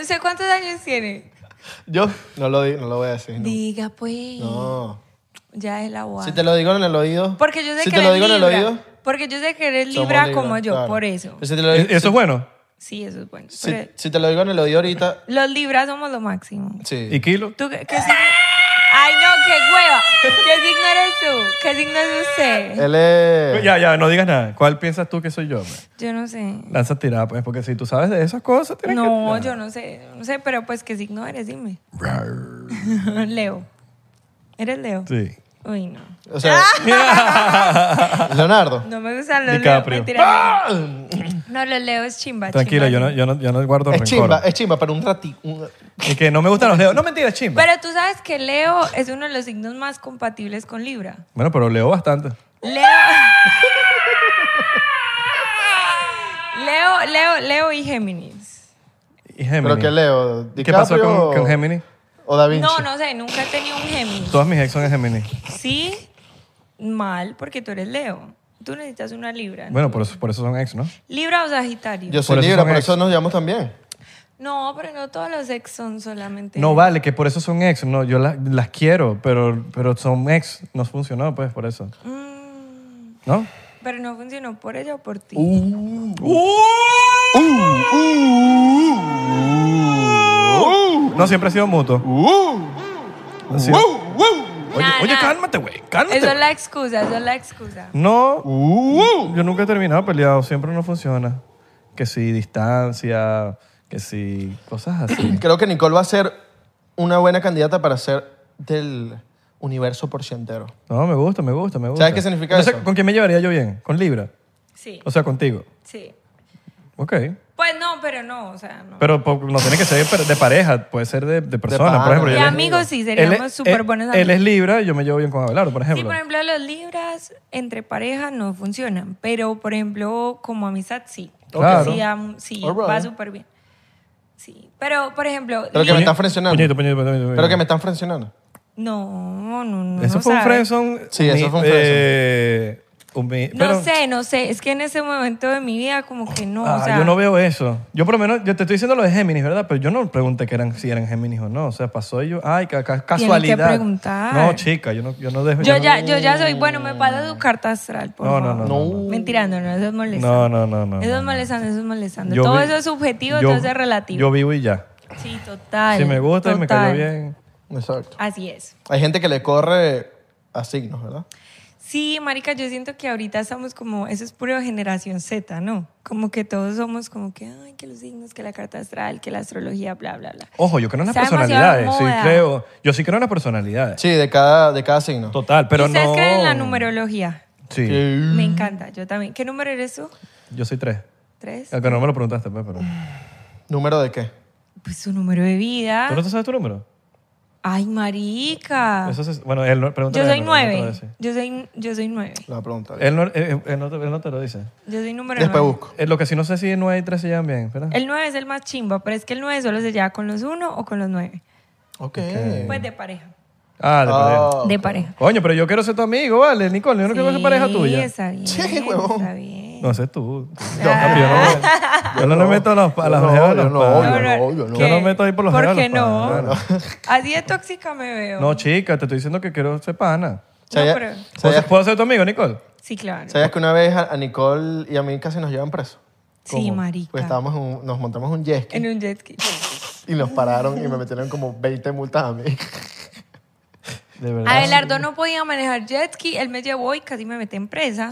Speaker 2: ¿Usted Eh, cuántos años tiene?
Speaker 3: Yo no lo, di- no lo voy a decir. no.
Speaker 2: Diga, pues.
Speaker 3: No.
Speaker 2: Ya es la guada.
Speaker 3: Si te lo digo en el oído.
Speaker 2: Porque yo sé
Speaker 3: si
Speaker 2: que
Speaker 3: te lo
Speaker 2: eres
Speaker 3: digo en el
Speaker 2: libra.
Speaker 3: oído.
Speaker 2: Porque yo sé que eres
Speaker 3: somos
Speaker 2: libra
Speaker 3: libra,
Speaker 2: como yo,
Speaker 3: claro.
Speaker 2: por eso.
Speaker 3: Si te lo,
Speaker 1: ¿E- ¿Eso es bueno?
Speaker 2: Sí, eso es bueno.
Speaker 3: si-
Speaker 2: Pero
Speaker 3: si te lo digo en el oído ahorita.
Speaker 2: los libras somos lo máximo.
Speaker 3: Sí.
Speaker 1: ¿Y kilo?
Speaker 2: ¿Tú qué, qué signo? Ay, no, qué hueva. ¿Qué signo eres tú? ¿Qué signo es
Speaker 1: Eh.
Speaker 2: usted?
Speaker 3: Él es.
Speaker 1: Ya, ya, no digas nada. ¿Cuál piensas tú que soy yo? man?
Speaker 2: Yo no sé.
Speaker 1: Lanza tirada, pues, porque si tú sabes de esas cosas, tienes
Speaker 2: No,
Speaker 1: que...
Speaker 2: yo no sé, yo no sé, pero pues qué signo eres, dime. Leo. ¿Eres Leo?
Speaker 1: Sí.
Speaker 2: Uy, no.
Speaker 3: O sea. Leonardo.
Speaker 2: No me gustan los Leo.
Speaker 1: DiCaprio.
Speaker 2: Mentira, no, los Leo es chimba.
Speaker 1: Tranquilo, yo
Speaker 2: chimba,
Speaker 1: no,
Speaker 2: chimba.
Speaker 1: yo, no, yo no guardo
Speaker 3: Es
Speaker 1: rencor.
Speaker 3: chimba, es chimba, pero un ratito. un-
Speaker 1: Y que no me gustan los dedos. No, mentira, es chimba.
Speaker 2: Pero tú sabes que Leo es uno de los signos más compatibles con Libra.
Speaker 1: Bueno, pero leo bastante.
Speaker 2: Leo. Leo, Leo, Leo y Géminis.
Speaker 1: Y Géminis.
Speaker 3: ¿Pero qué leo?
Speaker 1: ¿Qué pasó
Speaker 3: ¿DiCaprio
Speaker 1: con,
Speaker 3: o-
Speaker 1: con Géminis?
Speaker 3: ¿O Da Vinci?
Speaker 2: No, no sé, nunca he tenido un Géminis.
Speaker 1: Todas mis ex son de Géminis.
Speaker 2: Sí, mal, porque tú eres Leo. Tú necesitas una Libra. ¿no?
Speaker 1: Bueno, por eso, por eso son ex, ¿no?
Speaker 2: Libra o Sagitario.
Speaker 3: Yo soy
Speaker 1: Por eso
Speaker 3: Libra,
Speaker 1: son
Speaker 3: por
Speaker 1: ex.
Speaker 3: eso nos llevamos también.
Speaker 2: No, pero no todos los ex son solamente.
Speaker 1: No vale, que por eso son ex. No, yo las, las quiero, pero, pero son ex. No funcionó, pues, por eso.
Speaker 2: Mm,
Speaker 1: ¿No?
Speaker 2: pero no funcionó por ella o por ti.
Speaker 1: Uh,
Speaker 3: Uh. uh.
Speaker 1: No, siempre ha sido mutuo. Ha sido- Oye,
Speaker 2: Nah,
Speaker 1: oye,
Speaker 2: nah.
Speaker 1: cálmate, güey. Cálmate.
Speaker 2: Eso es la excusa, eso es la excusa.
Speaker 1: No,
Speaker 3: Uh,
Speaker 1: yo nunca he terminado peleado. Siempre no funciona. Que si distancia, que si cosas así.
Speaker 3: Creo que Nicole va a ser una buena candidata para ser del universo porcientero.
Speaker 1: No, me gusta, me gusta, me gusta.
Speaker 3: ¿Sabes qué significa
Speaker 1: Entonces,
Speaker 3: eso?
Speaker 1: ¿Con quién me llevaría yo bien? ¿Con Libra?
Speaker 2: Sí,
Speaker 1: O sea, contigo.
Speaker 2: sí.
Speaker 1: Ok.
Speaker 2: Pues no, pero no, o sea, no.
Speaker 1: Pero po- no tiene que ser per- de pareja, puede ser de, de persona.
Speaker 3: pana.
Speaker 1: por ejemplo,
Speaker 2: Y
Speaker 1: yo
Speaker 3: él
Speaker 1: le-
Speaker 3: es-
Speaker 2: amigos sí,
Speaker 1: él
Speaker 2: seríamos
Speaker 1: es-
Speaker 2: súper
Speaker 1: él-
Speaker 2: buenos
Speaker 1: Él es
Speaker 2: amigos.
Speaker 1: Libra y yo me llevo bien con Abelardo, por
Speaker 2: Sí,
Speaker 1: ejemplo.
Speaker 2: por ejemplo, los libras entre pareja no funcionan, pero por ejemplo, como amistad sí.
Speaker 1: Claro.
Speaker 2: Sí, am- sí,
Speaker 3: Alright.
Speaker 2: va súper bien. Sí, pero por ejemplo,
Speaker 3: Pero que
Speaker 2: li-
Speaker 3: me están frencionando.
Speaker 1: Puñito, puñito, puñito, puñito.
Speaker 3: Pero que me están frencionando.
Speaker 2: no, no, no.
Speaker 1: Eso
Speaker 2: no
Speaker 1: fue un
Speaker 2: sabe.
Speaker 1: friendzone.
Speaker 3: Sí, eso
Speaker 1: humi-
Speaker 3: fue un friendzone.
Speaker 1: eh, humi-
Speaker 2: No
Speaker 1: pero-
Speaker 2: sé, no sé, es que en ese momento de mi vida como que no,
Speaker 1: Ah,
Speaker 2: o sea,
Speaker 1: yo no veo eso. Yo por lo menos, yo te estoy diciendo lo de Géminis, ¿verdad? Pero yo no pregunté que eran, si eran Géminis o no. O sea, pasó y yo, ay, ca- ca- casualidad.
Speaker 2: preguntar.
Speaker 1: No, chica, yo no, yo no dejo.
Speaker 2: yo
Speaker 1: no-
Speaker 2: ya yo ya soy, bueno, me pasa tu carta astral, por
Speaker 1: No, no,
Speaker 2: favor.
Speaker 1: no,
Speaker 3: No.
Speaker 1: no. no.
Speaker 2: Mentira, no, no, eso es
Speaker 1: No,
Speaker 2: molestando.
Speaker 1: no, no, no.
Speaker 2: Eso
Speaker 1: no,
Speaker 2: es
Speaker 1: no.
Speaker 2: molestando, eso es molestando.
Speaker 1: Yo
Speaker 2: todo
Speaker 1: vi-
Speaker 2: eso es subjetivo,
Speaker 1: yo-
Speaker 2: todo eso es relativo.
Speaker 1: Yo vivo y ya.
Speaker 2: Sí, total.
Speaker 1: si me gusta y me cayó
Speaker 2: total.
Speaker 1: bien.
Speaker 3: Exacto.
Speaker 2: Así es.
Speaker 3: Hay gente que le corre a signos, ¿verdad?
Speaker 2: Sí, marica, yo siento que ahorita estamos como, eso es puro generación Z, ¿no? Como que todos somos como que, ay, que los signos, que la carta astral, que la astrología, bla, bla, bla.
Speaker 1: Ojo, yo creo en las
Speaker 2: Está demasiado
Speaker 1: personalidades. Sí,
Speaker 2: de moda.
Speaker 1: creo. Yo sí creo en las personalidades.
Speaker 3: Sí, de cada, de cada signo.
Speaker 1: Total, pero
Speaker 2: ¿Ustedes
Speaker 1: no.
Speaker 2: creen en la numerología?
Speaker 1: Sí,
Speaker 3: Sí.
Speaker 1: Mm.
Speaker 2: Me encanta, yo también. ¿Qué número eres tú?
Speaker 1: yo soy tres.
Speaker 2: ¿Tres?
Speaker 1: Aunque no me lo preguntaste, pues, pero.
Speaker 2: Ah.
Speaker 3: ¿Número de qué?
Speaker 2: Pues su número de vida.
Speaker 1: ¿Tú no te sabes tu número?
Speaker 2: Ay, marica.
Speaker 1: Eso es- bueno, él no, pregúntale
Speaker 2: Ah. Yo
Speaker 1: a
Speaker 2: soy
Speaker 1: él, no, no te lo voy a
Speaker 2: nueve.
Speaker 1: decir.
Speaker 2: Yo soy, yo soy nueve.
Speaker 3: La pregunta.
Speaker 1: Él no, él- él no te- él no te lo dice.
Speaker 2: Yo soy número
Speaker 3: Después
Speaker 2: nueve.
Speaker 3: busco.
Speaker 1: Eh, lo que sí no sé si 9 y 3 se llevan bien, ¿verdad?
Speaker 2: El nueve es el más chimba, pero es que el nueve solo se lleva con los uno o con los nueve.
Speaker 3: Ok.
Speaker 2: Pues de pareja.
Speaker 1: Ah, de pareja.
Speaker 3: Ah,
Speaker 2: De
Speaker 3: ok.
Speaker 2: pareja.
Speaker 1: Coño, pero yo quiero ser tu amigo, ¿vale? Nicole, yo no quiero ser pareja tuya.
Speaker 2: Está bien,
Speaker 3: Sí, huevón.
Speaker 2: está bien.
Speaker 1: No sé tú. Yo, yo no, yo no le meto a los, a las
Speaker 3: Yo no,
Speaker 1: ojeras de
Speaker 3: yo
Speaker 1: los
Speaker 3: no,
Speaker 1: padres.
Speaker 3: yo no, yo no.
Speaker 1: Yo no meto ahí por los
Speaker 2: ¿Por
Speaker 1: dedos de
Speaker 2: qué
Speaker 1: los
Speaker 2: no?
Speaker 1: padres.
Speaker 2: Así de tóxica me veo.
Speaker 1: No, chica, te estoy diciendo que quiero ser pana.
Speaker 3: O sea,
Speaker 2: No,
Speaker 3: ya-
Speaker 2: pero-
Speaker 3: o sea,
Speaker 1: ¿Puedo ser,
Speaker 3: ya-
Speaker 1: puedo ser tu amigo, Nicole?
Speaker 2: Sí, claro.
Speaker 3: ¿Sabías que una vez a a Nicole y a mí casi nos llevan presos?
Speaker 2: Sí, marica.
Speaker 3: Porque estábamos en un- nos montamos en un jet ski
Speaker 2: En un jet ski.
Speaker 3: y nos pararon y me metieron como 20 multas a mí.
Speaker 1: De
Speaker 3: Ah,
Speaker 1: verdad.
Speaker 2: Abelardo no podía manejar jet ski. Él me llevó y casi me metí en presa.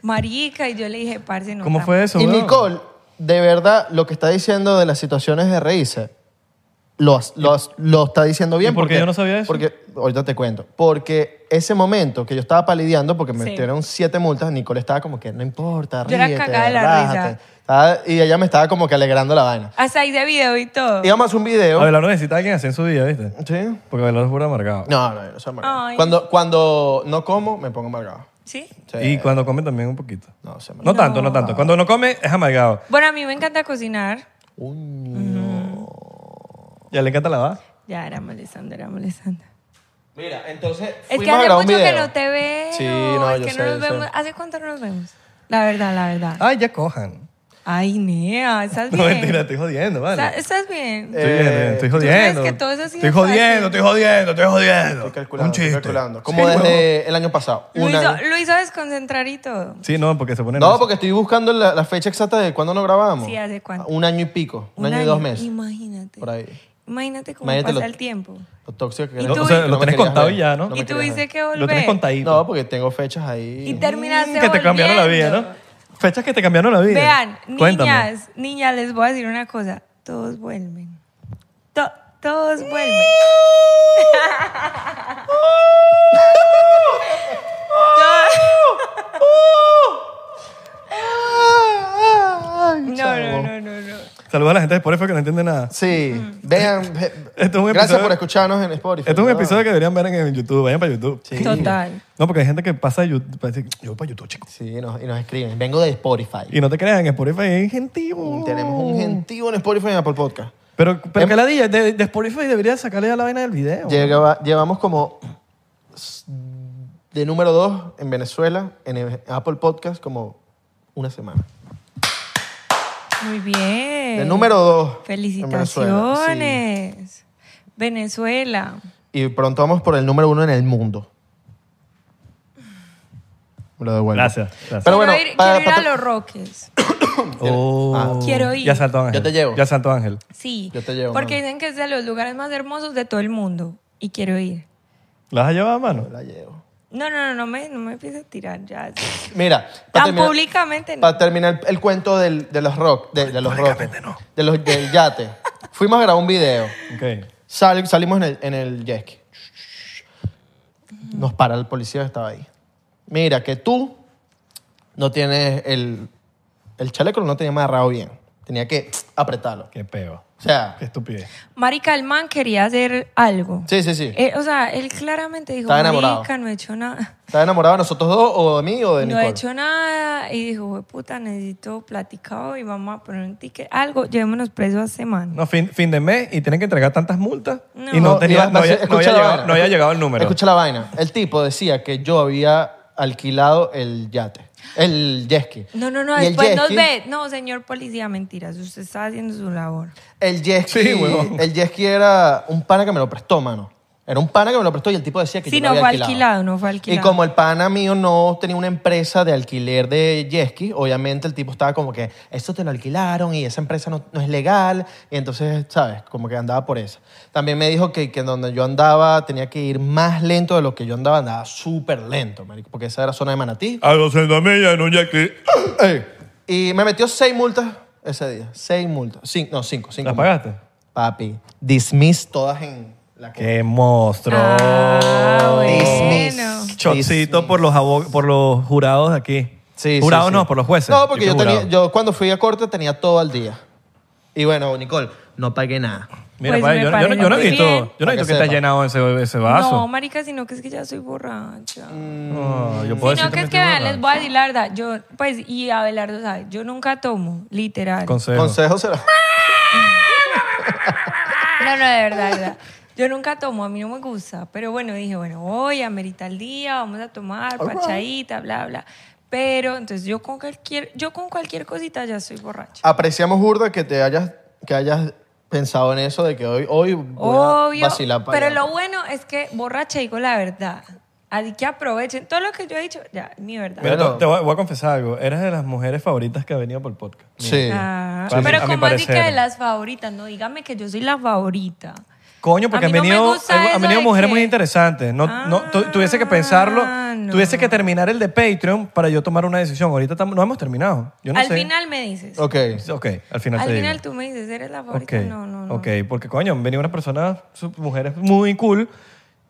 Speaker 2: marica. Y yo le dije, parce, no.
Speaker 1: ¿Cómo
Speaker 2: tam-
Speaker 1: fue eso?
Speaker 3: Y
Speaker 1: weón?
Speaker 3: Nicole, de verdad, lo que está diciendo de las situaciones de reírse, lo, lo- lo está diciendo bien.
Speaker 1: ¿Y por qué
Speaker 3: porque
Speaker 1: yo no sabía eso?
Speaker 3: Porque, ahorita te cuento. Porque ese momento que yo estaba palideando, porque me
Speaker 2: Sí.
Speaker 3: metieron siete multas, Nicole estaba como que, no importa,
Speaker 2: Yo era
Speaker 3: ríete,
Speaker 2: cagada de la
Speaker 3: relájate".
Speaker 2: risa.
Speaker 3: Estaba- y ella me estaba como que alegrando la vaina.
Speaker 2: Hasta hice video y todo.
Speaker 3: Íbamos a hacer un video.
Speaker 1: Abelardo necesita a alguien así en su vida, ¿viste?
Speaker 3: ¿Sí?
Speaker 1: Porque Abelardo es puro amargado.
Speaker 3: No, no, yo no soy amargado.
Speaker 2: Ay.
Speaker 3: Cuando, cuando no como, me pongo amargado.
Speaker 2: ¿Sí?
Speaker 3: Sí.
Speaker 1: Y cuando come también un poquito.
Speaker 3: No, se me...
Speaker 1: No tanto, no tanto. Cuando no come es amargado.
Speaker 2: Bueno, a mí me encanta cocinar.
Speaker 1: Ya le encanta lavar.
Speaker 2: Ya, era molestando, era molestando.
Speaker 3: Mira, entonces
Speaker 2: Es que
Speaker 3: fuimos a
Speaker 2: hace
Speaker 3: grabar
Speaker 2: mucho
Speaker 3: un
Speaker 2: que
Speaker 3: video.
Speaker 2: no te veo.
Speaker 3: Sí, no,
Speaker 2: es
Speaker 3: yo
Speaker 2: que
Speaker 3: sé,
Speaker 2: no
Speaker 3: yo
Speaker 2: nos
Speaker 3: sé.
Speaker 2: vemos. ¿Hace cuánto no nos vemos? La verdad, la verdad.
Speaker 1: Ay, ya cojan.
Speaker 2: Ay, Nea, estás bien.
Speaker 1: No, mentira, estoy jodiendo, vale.
Speaker 2: Está- ¿Estás bien?
Speaker 1: Estoy
Speaker 3: Eh,
Speaker 1: jodiendo, estoy
Speaker 2: ¿tú crees
Speaker 1: jodiendo.
Speaker 2: que todo eso ha sido
Speaker 1: estoy jodiendo,
Speaker 2: fácil?
Speaker 1: estoy jodiendo, estoy jodiendo.
Speaker 3: Estoy calculando,
Speaker 1: Un chiste.
Speaker 3: estoy calculando. Como
Speaker 1: Sí,
Speaker 3: desde
Speaker 1: huevón.
Speaker 3: el año pasado.
Speaker 2: Lo
Speaker 3: Un
Speaker 2: hizo,
Speaker 3: año.
Speaker 2: lo hizo desconcentrar y todo.
Speaker 1: Sí, no, porque se pone...
Speaker 3: No, porque estoy buscando la, la fecha exacta de cuándo nos grabamos.
Speaker 2: Sí, ¿hace cuánto?
Speaker 3: Un año y pico. Un, año, y dos meses.
Speaker 2: Imagínate.
Speaker 3: Por ahí.
Speaker 2: Imagínate cómo
Speaker 3: Imagínate
Speaker 2: pasa
Speaker 3: lo-
Speaker 2: el tiempo.
Speaker 3: Lo tóxico que
Speaker 2: Y
Speaker 3: era.
Speaker 1: No,
Speaker 2: tú-
Speaker 1: o sea,
Speaker 2: no
Speaker 1: lo
Speaker 3: me
Speaker 1: tenés
Speaker 3: querías
Speaker 1: contado
Speaker 3: ver,
Speaker 1: ya, ¿no?
Speaker 3: no me
Speaker 2: y
Speaker 3: querías
Speaker 2: tuviste
Speaker 3: ver.
Speaker 2: que volver.
Speaker 1: Lo tenés contadito.
Speaker 3: No, porque tengo fechas ahí.
Speaker 2: Y terminaste
Speaker 1: Mm, Que te cambiaron la vida,
Speaker 2: volviendo.
Speaker 1: ¿no? Fechas que te cambiaron la vida.
Speaker 2: Vean,
Speaker 1: Cuéntame.
Speaker 2: niñas, niñas, les voy a decir una cosa. Todos vuelven. To- todos vuelven.
Speaker 3: Ay,
Speaker 2: No, no,
Speaker 3: chavo.
Speaker 2: no, no, no.
Speaker 1: Saludos a la gente de Spotify que no entiende nada.
Speaker 3: Sí,
Speaker 2: Mm.
Speaker 3: vean. eh,
Speaker 1: Esto es un
Speaker 3: Gracias
Speaker 1: episodio-
Speaker 3: por escucharnos en Spotify.
Speaker 1: Esto Este es un
Speaker 3: ¿no?
Speaker 1: episodio que deberían ver en, en YouTube. Vayan para YouTube.
Speaker 3: Sí.
Speaker 2: Total.
Speaker 1: No, porque hay gente que pasa de YouTube. para decir, Yo voy para YouTube, chicos.
Speaker 3: Sí, nos- y nos escriben. Vengo de Spotify.
Speaker 1: Y no te crean, en Spotify es gentío.
Speaker 3: Tenemos
Speaker 2: Uh.
Speaker 3: un gentío en Spotify y en Apple Podcast.
Speaker 1: Pero, pero
Speaker 3: Em-
Speaker 1: que la dilla, de, de Spotify debería sacarle a la vaina del video.
Speaker 3: Llegaba- llevamos como s- de número dos en Venezuela, en el Apple Podcast, como una semana.
Speaker 2: Muy bien.
Speaker 3: De número dos. en Venezuela, sí.
Speaker 2: Felicitaciones. Venezuela.
Speaker 3: Y pronto vamos por el número uno en el mundo. Me Lo devuelvo.
Speaker 1: Gracias, gracias.
Speaker 3: Pero bueno,
Speaker 2: quiero ir,
Speaker 3: para-
Speaker 2: quiero ir
Speaker 3: para-
Speaker 2: a los Roques.
Speaker 1: Oh.
Speaker 3: Ah.
Speaker 2: Quiero ir.
Speaker 1: Ya Santo Ángel.
Speaker 3: Yo te llevo.
Speaker 1: Ya Santo Ángel.
Speaker 2: Sí.
Speaker 3: Yo te llevo,
Speaker 2: Porque
Speaker 3: mano.
Speaker 2: dicen que es de los lugares más hermosos de todo el mundo. Y quiero ir.
Speaker 1: ¿Las has llevado a mano?
Speaker 3: La llevo.
Speaker 2: No, no, no, no me, no me empieces a tirar ya.
Speaker 3: Mira,
Speaker 2: Tan
Speaker 3: para terminar,
Speaker 2: públicamente no.
Speaker 3: para terminar el cuento del- de los rock, de, de los rock, de los, del yate. Fuimos a grabar un video.
Speaker 1: Ok.
Speaker 3: Sal- salimos en el, en el jet ski. Nos para el policía que estaba ahí. Mira, que tú no tienes el... El chaleco no tenía amarrado bien. Tenía que apretarlo.
Speaker 1: Qué peo.
Speaker 3: O sea,
Speaker 1: Qué estupidez.
Speaker 2: Marica, el man quería hacer algo.
Speaker 3: sí, sí, sí.
Speaker 2: Eh, o sea, él claramente dijo,
Speaker 3: Estaba enamorado.
Speaker 2: Marica, no he hecho nada.
Speaker 3: ¿Estás enamorado de nosotros dos o de mí o de
Speaker 2: No
Speaker 3: Nicole?
Speaker 2: he hecho nada y dijo, "Hue puta, necesito platicado y vamos a poner un ticket, algo, llevémonos preso a este man.
Speaker 1: No, fin, fin de mes y tienen que entregar tantas multas.
Speaker 2: No.
Speaker 1: Y no,
Speaker 2: No,
Speaker 1: tenía,
Speaker 3: iba-
Speaker 1: no, había,
Speaker 3: escucha
Speaker 1: no había
Speaker 3: la
Speaker 1: llegado,
Speaker 3: vaina.
Speaker 1: no había llegado el número.
Speaker 3: Escucha la vaina. El tipo decía que yo había alquilado el yate, el jet ski.
Speaker 2: No, no, no,
Speaker 3: Y el
Speaker 2: después
Speaker 3: jet
Speaker 2: nos
Speaker 3: ski-
Speaker 2: ve. No, señor policía, mentiras, usted está haciendo su labor.
Speaker 3: El jet ski,
Speaker 1: Sí, huevón.
Speaker 3: el jet ski era un pana que me lo prestó, mano. Era un pana que me lo prestó y el tipo decía que
Speaker 2: Sí,
Speaker 3: yo lo
Speaker 2: no
Speaker 3: había
Speaker 2: fue
Speaker 3: alquilado.
Speaker 2: alquilado, no fue alquilado.
Speaker 3: Y como el pana mío no tenía una empresa de alquiler de jet ski, obviamente el tipo estaba como que, esto te lo alquilaron y esa empresa no, no es legal. Y entonces, ¿sabes? Como que andaba por eso. También me dijo que, que donde yo andaba tenía que ir más lento de lo que yo andaba. Andaba súper lento, marico, porque esa era zona de Manatí.
Speaker 1: A 200 millas en un jet ski.
Speaker 3: Ey. Y me metió seis multas ese día. Seis multas. Cin- no, cinco. cinco
Speaker 1: ¿Las
Speaker 3: multas.
Speaker 1: pagaste?
Speaker 3: Papi, dismiss todas en la que...
Speaker 1: ¡Qué monstruo!
Speaker 2: Ah, bueno.
Speaker 3: Dismiss.
Speaker 1: Chocito por los, abo- por los jurados de aquí.
Speaker 3: Sí, sí,
Speaker 1: jurados
Speaker 3: sí.
Speaker 1: no, por los jueces.
Speaker 3: No, porque yo,
Speaker 1: fui
Speaker 3: tenía,
Speaker 1: jurado.
Speaker 3: yo cuando fui a corte tenía todo al día. Y bueno, Nicole, no pagué nada.
Speaker 1: Mira,
Speaker 2: Pues
Speaker 1: pa,
Speaker 2: me
Speaker 1: yo, no- yo no- yo no he
Speaker 2: parece
Speaker 1: visto,
Speaker 2: bien.
Speaker 1: yo no he
Speaker 3: Para
Speaker 1: visto
Speaker 3: que
Speaker 1: que, te has
Speaker 3: sepa.
Speaker 1: llenado ese, ese vaso.
Speaker 2: No, Mm. marica, sino que es que ya soy borracha.
Speaker 3: Mm.
Speaker 1: No, yo puedo
Speaker 2: Sino
Speaker 1: decir
Speaker 2: que es
Speaker 1: me estoy
Speaker 2: que, vean,
Speaker 1: borracho.
Speaker 2: les voy a decir la verdad, yo, pues, y Abelardo sabe, yo nunca tomo, literal.
Speaker 1: Consejo.
Speaker 3: Consejo será.
Speaker 2: No, no, de verdad, de verdad. Yo nunca tomo, a mí no me gusta. Pero bueno, dije, bueno, hoy amerita el día, vamos a tomar, pachadita, bla, bla. Pero entonces yo con cualquier, yo con cualquier cosita ya soy borracha.
Speaker 3: Apreciamos, Burda, que te hayas, que hayas pensado en eso de que hoy, hoy voy a
Speaker 2: Obvio.
Speaker 3: vacilar para
Speaker 2: Pero
Speaker 3: allá.
Speaker 2: lo bueno es que borracha digo la verdad. Así que aprovechen todo lo que yo he dicho, ya, mi verdad.
Speaker 1: Mira,
Speaker 3: Bueno.
Speaker 1: te, te voy, a- voy a confesar algo. Eras de las mujeres favoritas que ha venido por el podcast.
Speaker 3: Sí.
Speaker 2: Ah,
Speaker 1: Sí. A
Speaker 2: pero
Speaker 1: mi
Speaker 2: como así que
Speaker 1: parecer.
Speaker 2: de las favoritas, no dígame que yo soy la favorita.
Speaker 1: Coño, porque
Speaker 2: A
Speaker 1: han
Speaker 2: mí no me
Speaker 1: venido,
Speaker 2: gusta
Speaker 1: han- han
Speaker 2: eso
Speaker 1: venido
Speaker 2: de
Speaker 1: mujeres
Speaker 2: que-
Speaker 1: muy interesantes. No, no, tu- tuviese que pensarlo,
Speaker 2: Ah, no.
Speaker 1: tuviese que terminar el de Patreon para yo tomar una decisión. Ahorita tam- no hemos terminado. Yo no
Speaker 2: al
Speaker 1: sé.
Speaker 2: final me dices.
Speaker 3: Ok.
Speaker 1: Ok, al final
Speaker 2: al
Speaker 1: te
Speaker 2: final
Speaker 1: digo.
Speaker 2: tú me dices, eres la favorita.
Speaker 1: Ok,
Speaker 2: No, no, no.
Speaker 1: ok, porque coño, han venido unas personas, su- mujeres muy cool,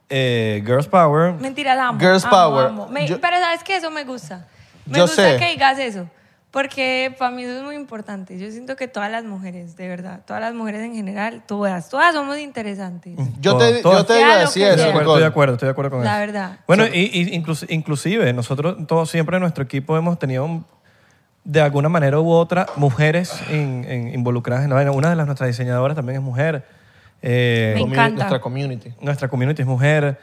Speaker 1: eh, Girls Power.
Speaker 2: Mentira, la amo.
Speaker 3: Girls
Speaker 2: amo,
Speaker 3: power.
Speaker 2: amo. Me-
Speaker 3: Yo-
Speaker 2: pero sabes que eso me gusta. Me
Speaker 3: Yo
Speaker 2: gusta
Speaker 3: sé.
Speaker 2: que digas eso. Porque para mí eso es muy importante. Yo siento que todas las mujeres, de verdad, todas las mujeres en general, todas, todas somos interesantes.
Speaker 3: Yo
Speaker 1: Todo,
Speaker 3: te,
Speaker 1: todo.
Speaker 3: yo te iba
Speaker 2: Sea
Speaker 3: a
Speaker 2: lo
Speaker 3: decir
Speaker 2: que
Speaker 3: eso,
Speaker 1: Estoy de acuerdo, estoy de
Speaker 3: Nicole.
Speaker 1: acuerdo, estoy de acuerdo con
Speaker 2: La
Speaker 1: eso.
Speaker 2: verdad.
Speaker 1: Bueno, y, y inclus- inclusive nosotros todos siempre en nuestro equipo hemos tenido un- de alguna manera u otra mujeres in- in- involucradas en la vaina. Una de las nuestras diseñadoras también es mujer. Eh,
Speaker 2: Me
Speaker 3: Comuni-
Speaker 2: encanta.
Speaker 3: Nuestra community.
Speaker 1: nuestra community es mujer.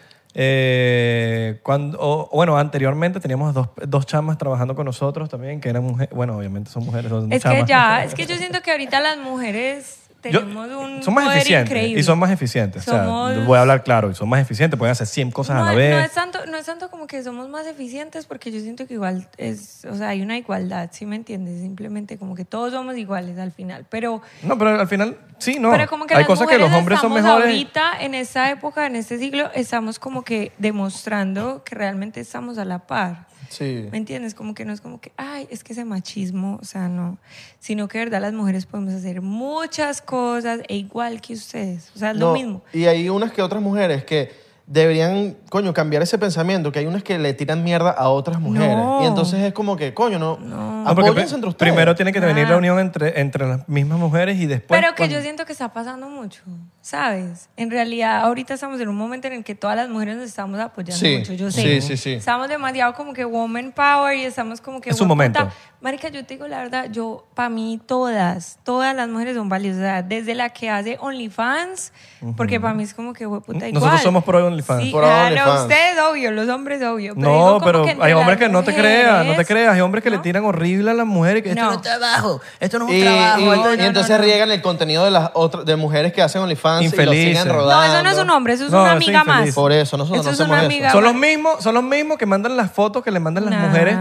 Speaker 1: Eh, cuando, o- bueno, anteriormente teníamos dos, dos chamas trabajando con nosotros también que eran mujeres. Bueno, obviamente son mujeres. son
Speaker 2: Es que
Speaker 1: chamas.
Speaker 2: ya, es que yo siento que ahorita las mujeres
Speaker 1: Yo- eh,
Speaker 2: tenemos un
Speaker 1: son más
Speaker 2: poder
Speaker 1: eficientes
Speaker 2: increíble.
Speaker 1: y son más eficientes. O sea,
Speaker 2: Somos-
Speaker 1: voy a hablar claro, y son más eficientes, pueden hacer 100 cosas
Speaker 2: no,
Speaker 1: a la
Speaker 2: no
Speaker 1: vez.
Speaker 2: es tanto, no es tanto como que somos más eficientes porque yo siento que igual es, o sea, hay una igualdad, ¿sí me entiendes? Simplemente como que todos somos iguales al final, pero
Speaker 1: No, pero al final, sí, no.
Speaker 2: Pero como que
Speaker 1: Hay
Speaker 2: las
Speaker 1: cosas que los
Speaker 2: mujeres
Speaker 1: hombres son
Speaker 2: estamos
Speaker 1: mejores.
Speaker 2: Ahorita, en esta época, en este siglo, estamos como que demostrando que realmente estamos a la par.
Speaker 3: Sí.
Speaker 2: ¿Me entiendes? Como que no es como que, ay, es que ese machismo, o sea, no. Sino que, de verdad, las mujeres podemos hacer muchas cosas e igual que ustedes. O sea, es
Speaker 3: No,
Speaker 2: lo mismo.
Speaker 3: Y hay unas que otras mujeres que deberían, coño, cambiar ese pensamiento, que hay unas que le tiran mierda a otras mujeres.
Speaker 2: No.
Speaker 3: Y entonces es como que, coño, no,
Speaker 1: No, Ah, porque
Speaker 3: apóyense
Speaker 1: pri-
Speaker 3: entre ustedes.
Speaker 1: Primero tiene que
Speaker 2: Ah.
Speaker 1: venir la unión entre, entre las mismas mujeres y después...
Speaker 2: Pero que
Speaker 1: Pues, cuando-
Speaker 2: yo siento que está pasando mucho, ¿sabes? En realidad, ahorita estamos en un momento en el que todas las mujeres nos estamos apoyando
Speaker 3: Sí,
Speaker 2: mucho, yo sé.
Speaker 3: sí, sí, sí.
Speaker 2: Estamos demasiado como que woman power y estamos como que...
Speaker 1: Es un
Speaker 2: "Hueputa".
Speaker 1: momento.
Speaker 2: Marica, yo te digo la verdad, yo, para mí todas, todas las mujeres son valiosas. O sea, Desde la que hace OnlyFans, porque para mí es como que, hueputa, igual.
Speaker 1: Nosotros somos pro OnlyFans.
Speaker 2: Sí,
Speaker 3: Pro
Speaker 2: claro,
Speaker 3: OnlyFans.
Speaker 2: ustedes obvio, los hombres obvio. Pero digo
Speaker 1: No,
Speaker 2: como
Speaker 1: pero
Speaker 2: que entre
Speaker 1: hay hombres que
Speaker 2: las
Speaker 1: no te creas, no te
Speaker 2: mujeres,
Speaker 1: creas. Hay hombres que le
Speaker 2: ¿no?
Speaker 1: tiran horrible a las mujeres. Que
Speaker 2: No.
Speaker 1: Esto no es trabajo, esto no es
Speaker 3: Y,
Speaker 1: un trabajo.
Speaker 3: y-
Speaker 1: esto-
Speaker 3: y entonces riegan el contenido de las otras de mujeres que hacen OnlyFans y lo
Speaker 1: Infelices.
Speaker 3: siguen
Speaker 1: No,
Speaker 3: rodando.
Speaker 2: No, eso no es un hombre, eso es
Speaker 1: No,
Speaker 2: una
Speaker 1: eso
Speaker 2: amiga
Speaker 1: es infeliz.
Speaker 2: más.
Speaker 3: Por eso, nosotros
Speaker 2: Eso
Speaker 3: no
Speaker 2: es una
Speaker 3: hacemos
Speaker 2: amiga
Speaker 1: Son
Speaker 2: más.
Speaker 1: los mismos, son los mismos que mandan las fotos que le mandan las
Speaker 2: Nah.
Speaker 1: mujeres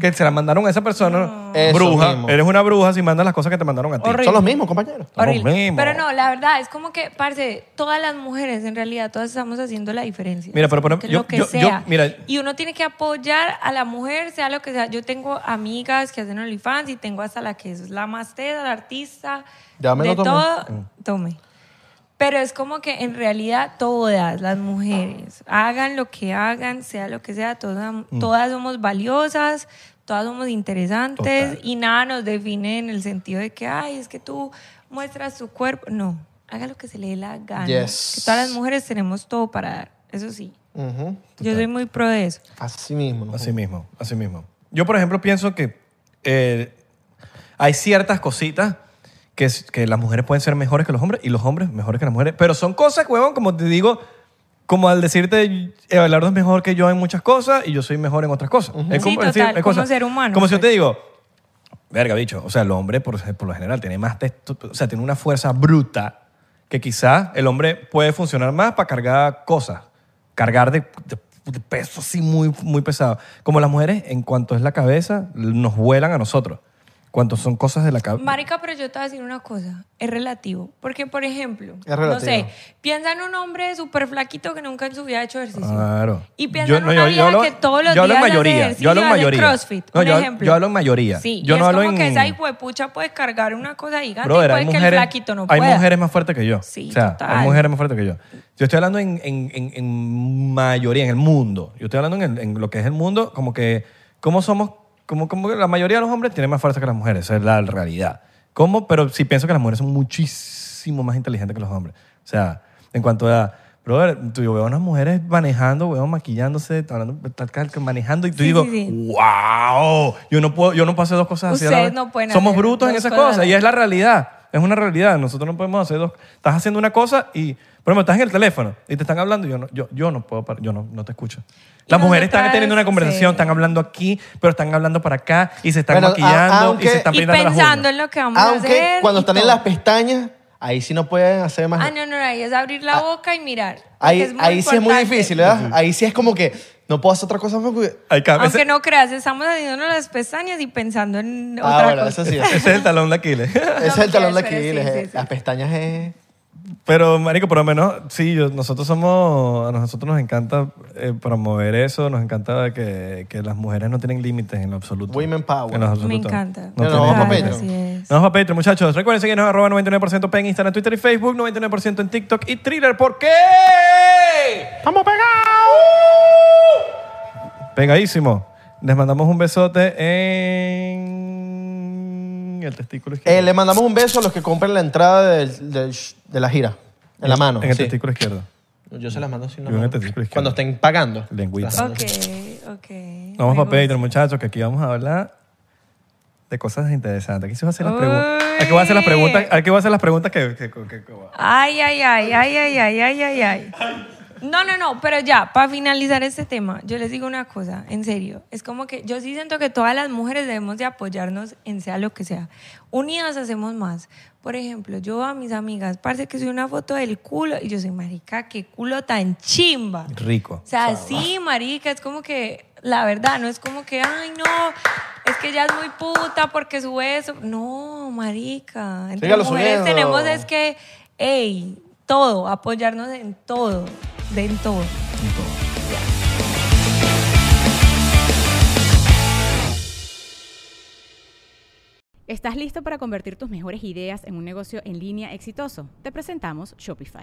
Speaker 1: que se las mandaron a esa persona.
Speaker 3: Eso
Speaker 1: Bruja,
Speaker 3: mismo.
Speaker 1: eres una bruja si mandas las cosas que te mandaron a ti.
Speaker 2: Horrible.
Speaker 3: Son los mismos, compañeros.
Speaker 1: Somos
Speaker 2: Horrible.
Speaker 1: mismos.
Speaker 2: Pero no, la verdad es como que, parce, todas las mujeres en realidad, todas estamos haciendo la diferencia.
Speaker 1: Mira,
Speaker 2: Es
Speaker 1: pero,
Speaker 2: como
Speaker 1: pero,
Speaker 2: que
Speaker 1: yo-
Speaker 2: lo que
Speaker 1: yo- yo-
Speaker 2: sea.
Speaker 1: mira-
Speaker 2: y uno tiene que apoyar a la mujer, sea lo que sea. Yo tengo amigas que hacen OnlyFans y tengo hasta la que es la más tesa, la artista.
Speaker 3: Ya me
Speaker 2: de
Speaker 3: lo
Speaker 1: Mm.
Speaker 3: tomé.
Speaker 2: todo. Tome. Pero es como que en realidad todas las mujeres, hagan lo que hagan, sea lo que sea, todas,
Speaker 3: Mm.
Speaker 2: todas somos valiosas, todas somos interesantes
Speaker 1: Total.
Speaker 2: y nada nos define en el sentido de que, ay, es que tú muestras tu cuerpo. No, haga lo que se le dé la gana.
Speaker 3: Yes.
Speaker 2: Que todas las mujeres tenemos todo para dar, eso sí.
Speaker 3: Ujú.
Speaker 2: Yo soy muy pro de eso.
Speaker 3: Así mismo. ¿no?
Speaker 1: Así mismo, así mismo. Yo, por ejemplo, pienso que eh, hay ciertas cositas que, es- que las mujeres pueden ser mejores que los hombres y los hombres mejores que las mujeres. Pero son cosas, huevón, como te digo, como al decirte, Abelardo es mejor que yo en muchas cosas y yo soy mejor en otras cosas. Es
Speaker 2: Sí,
Speaker 1: es
Speaker 2: total,
Speaker 1: es
Speaker 2: como ser humano,
Speaker 1: Como si yo te
Speaker 2: pues.
Speaker 1: digo, verga, bicho, o sea, el hombre, por, por lo general, tiene más, testo- o sea, tiene una fuerza bruta que quizás el hombre puede funcionar más para cargar cosas, cargar de, de- de peso así muy, muy pesado. Como las mujeres, en cuanto es la cabeza, nos vuelan a nosotros. Cuanto son cosas de la cabeza.
Speaker 2: Marica, pero yo te voy a decir una cosa, es relativo. Porque, por ejemplo,
Speaker 3: Es relativo.
Speaker 2: no sé, piensa en un hombre súper flaquito que nunca en su vida ha hecho ejercicio.
Speaker 3: Ah,
Speaker 1: Claro.
Speaker 2: Y piensa
Speaker 1: Yo-
Speaker 2: en
Speaker 1: no,
Speaker 2: una
Speaker 1: yo- yo
Speaker 2: vieja
Speaker 1: hablo-
Speaker 2: que todos los
Speaker 1: yo hablo
Speaker 2: días
Speaker 1: en mayoría,
Speaker 2: hace
Speaker 1: yo hablo en
Speaker 2: ejercicio, hace
Speaker 1: mayoría.
Speaker 2: crossfit,
Speaker 1: No,
Speaker 2: un
Speaker 1: yo-
Speaker 2: ejemplo.
Speaker 1: yo hablo en mayoría.
Speaker 2: Sí,
Speaker 1: Yo
Speaker 2: y
Speaker 1: no
Speaker 2: es
Speaker 1: hablo
Speaker 2: como
Speaker 1: en-
Speaker 2: que esa hijuepucha puede cargar una cosa gigante
Speaker 1: Brother,
Speaker 2: y puede
Speaker 1: hay
Speaker 2: que el
Speaker 1: mujeres,
Speaker 2: flaquito no
Speaker 1: hay
Speaker 2: pueda.
Speaker 1: mujeres más fuertes que yo.
Speaker 2: Sí,
Speaker 1: o sea,
Speaker 2: total.
Speaker 1: hay mujeres más fuertes que yo. Yo estoy hablando en, en- en- en mayoría, en el mundo. Yo estoy hablando en, el- en lo que es el mundo, como que cómo somos, como, como que la mayoría de los hombres tienen más fuerza que las mujeres. Esa es la realidad. ¿Cómo? Pero sí pienso que las mujeres son muchísimo más inteligentes que los hombres. O sea, en cuanto a... Brother, tú, yo veo unas mujeres manejando, weón, maquillándose, hablando, tal, tal, que manejando, y tú
Speaker 2: Sí,
Speaker 1: digo,
Speaker 2: sí, sí.
Speaker 1: wow, yo no puedo, yo no puedo hacer dos cosas así. a la
Speaker 2: Ustedes
Speaker 1: vez".
Speaker 2: no pueden
Speaker 1: Somos
Speaker 2: hacer
Speaker 1: brutos en
Speaker 2: dos
Speaker 1: esas
Speaker 2: cosas a la
Speaker 1: cosas, y
Speaker 2: vez.
Speaker 1: es es la realidad. Es una realidad. Nosotros no podemos hacer dos. Estás haciendo una cosa y, por ejemplo, estás en el teléfono y te están hablando y yo no, yo, yo no puedo, par- yo no, no te escucho.
Speaker 2: Y
Speaker 1: Las mujeres están
Speaker 2: nosotras,
Speaker 1: teniendo una conversación,
Speaker 2: sí.
Speaker 1: están hablando aquí, pero están hablando para acá y se están
Speaker 3: Bueno, a-
Speaker 1: maquillando y
Speaker 3: aunque-
Speaker 1: se están
Speaker 2: Y
Speaker 1: pintando las uñas.
Speaker 2: pensando en lo que vamos a hacer.
Speaker 3: Aunque cuando
Speaker 2: y
Speaker 3: están en
Speaker 2: todo.
Speaker 3: las pestañas, ahí sí no pueden hacer más.
Speaker 2: Ah, no, no, ahí es abrir la boca y mirar. porque
Speaker 3: Ah, ahí
Speaker 2: muy
Speaker 3: ahí sí es muy
Speaker 2: importante.
Speaker 3: difícil, ¿verdad? Ahí sí es como que no puedo hacer otra cosa más porque-
Speaker 1: Hay que-
Speaker 2: Aunque
Speaker 1: ese,
Speaker 2: no creas, estamos haciendo las pestañas y pensando en
Speaker 3: Ah,
Speaker 2: otra
Speaker 3: bueno,
Speaker 2: cosa.
Speaker 3: eso sí.
Speaker 1: ese
Speaker 3: Ese
Speaker 1: es el talón de Aquiles.
Speaker 3: es el
Speaker 2: pero
Speaker 3: talón de
Speaker 2: espera, sí,
Speaker 3: Aquiles.
Speaker 2: sí,
Speaker 3: eh.
Speaker 2: sí.
Speaker 3: Las pestañas eh. es...
Speaker 1: Pero, marico, por lo menos, sí, yo- nosotros somos, a nosotros nos encanta eh, promover eso, nos encanta que, que las mujeres no tienen límites en lo absoluto.
Speaker 3: Women power.
Speaker 1: En lo
Speaker 2: Me
Speaker 1: absoluto.
Speaker 2: encanta.
Speaker 1: No
Speaker 3: No, no,
Speaker 1: tienen
Speaker 3: vamos pa'
Speaker 1: límites.
Speaker 3: Patreon.
Speaker 2: Así es.
Speaker 1: Nos vamos para Patreon, muchachos. Recuerden seguirnos en arroba 99% P en Instagram, Twitter y Facebook, 99% en TikTok y Thriller. ¿Por qué?
Speaker 3: ¡Vamos pegados!
Speaker 1: Pegadísimo. Les mandamos un besote en el testículo izquierdo.
Speaker 3: Eh, le mandamos un beso a los que compren la entrada del- del sh- de la gira. En la mano.
Speaker 1: En el
Speaker 3: sí.
Speaker 1: testículo izquierdo.
Speaker 3: Yo se las mando sin la
Speaker 1: Yo en el
Speaker 3: mano.
Speaker 1: testículo izquierdo.
Speaker 3: Cuando estén pagando.
Speaker 1: Lengüita.
Speaker 3: Las-
Speaker 2: Ok, ok.
Speaker 1: Nos vamos
Speaker 2: Me
Speaker 1: para Patreon, muchachos, que aquí vamos a hablar de cosas interesantes. Aquí se va a hacer las
Speaker 2: Uy.
Speaker 1: preguntas. Aquí voy a hacer las preguntas. Aquí voy a hacer las preguntas que. que- que- que-
Speaker 2: Ay, ay, ay, ay, ay, ay, ay, ay, ay. No, no, no, pero ya, para finalizar este tema, yo les digo una cosa, en serio, es como que yo sí siento que todas las mujeres debemos de apoyarnos en sea lo que sea. Unidas hacemos más. Por ejemplo, yo a mis amigas, parece que soy una foto del culo y yo soy marica, qué culo tan chimba.
Speaker 1: Rico.
Speaker 2: O sea, sí, marica, es como que, la verdad, no es como que, ay, no, es que ella es muy puta porque sube eso. No, marica. Entre
Speaker 3: Sígalo
Speaker 2: mujeres
Speaker 3: subiendo.
Speaker 2: tenemos es que, hey, todo, apoyarnos en todo, de en todo.
Speaker 4: ¿Estás listo para convertir tus mejores ideas en un negocio en línea exitoso? Te presentamos Shopify.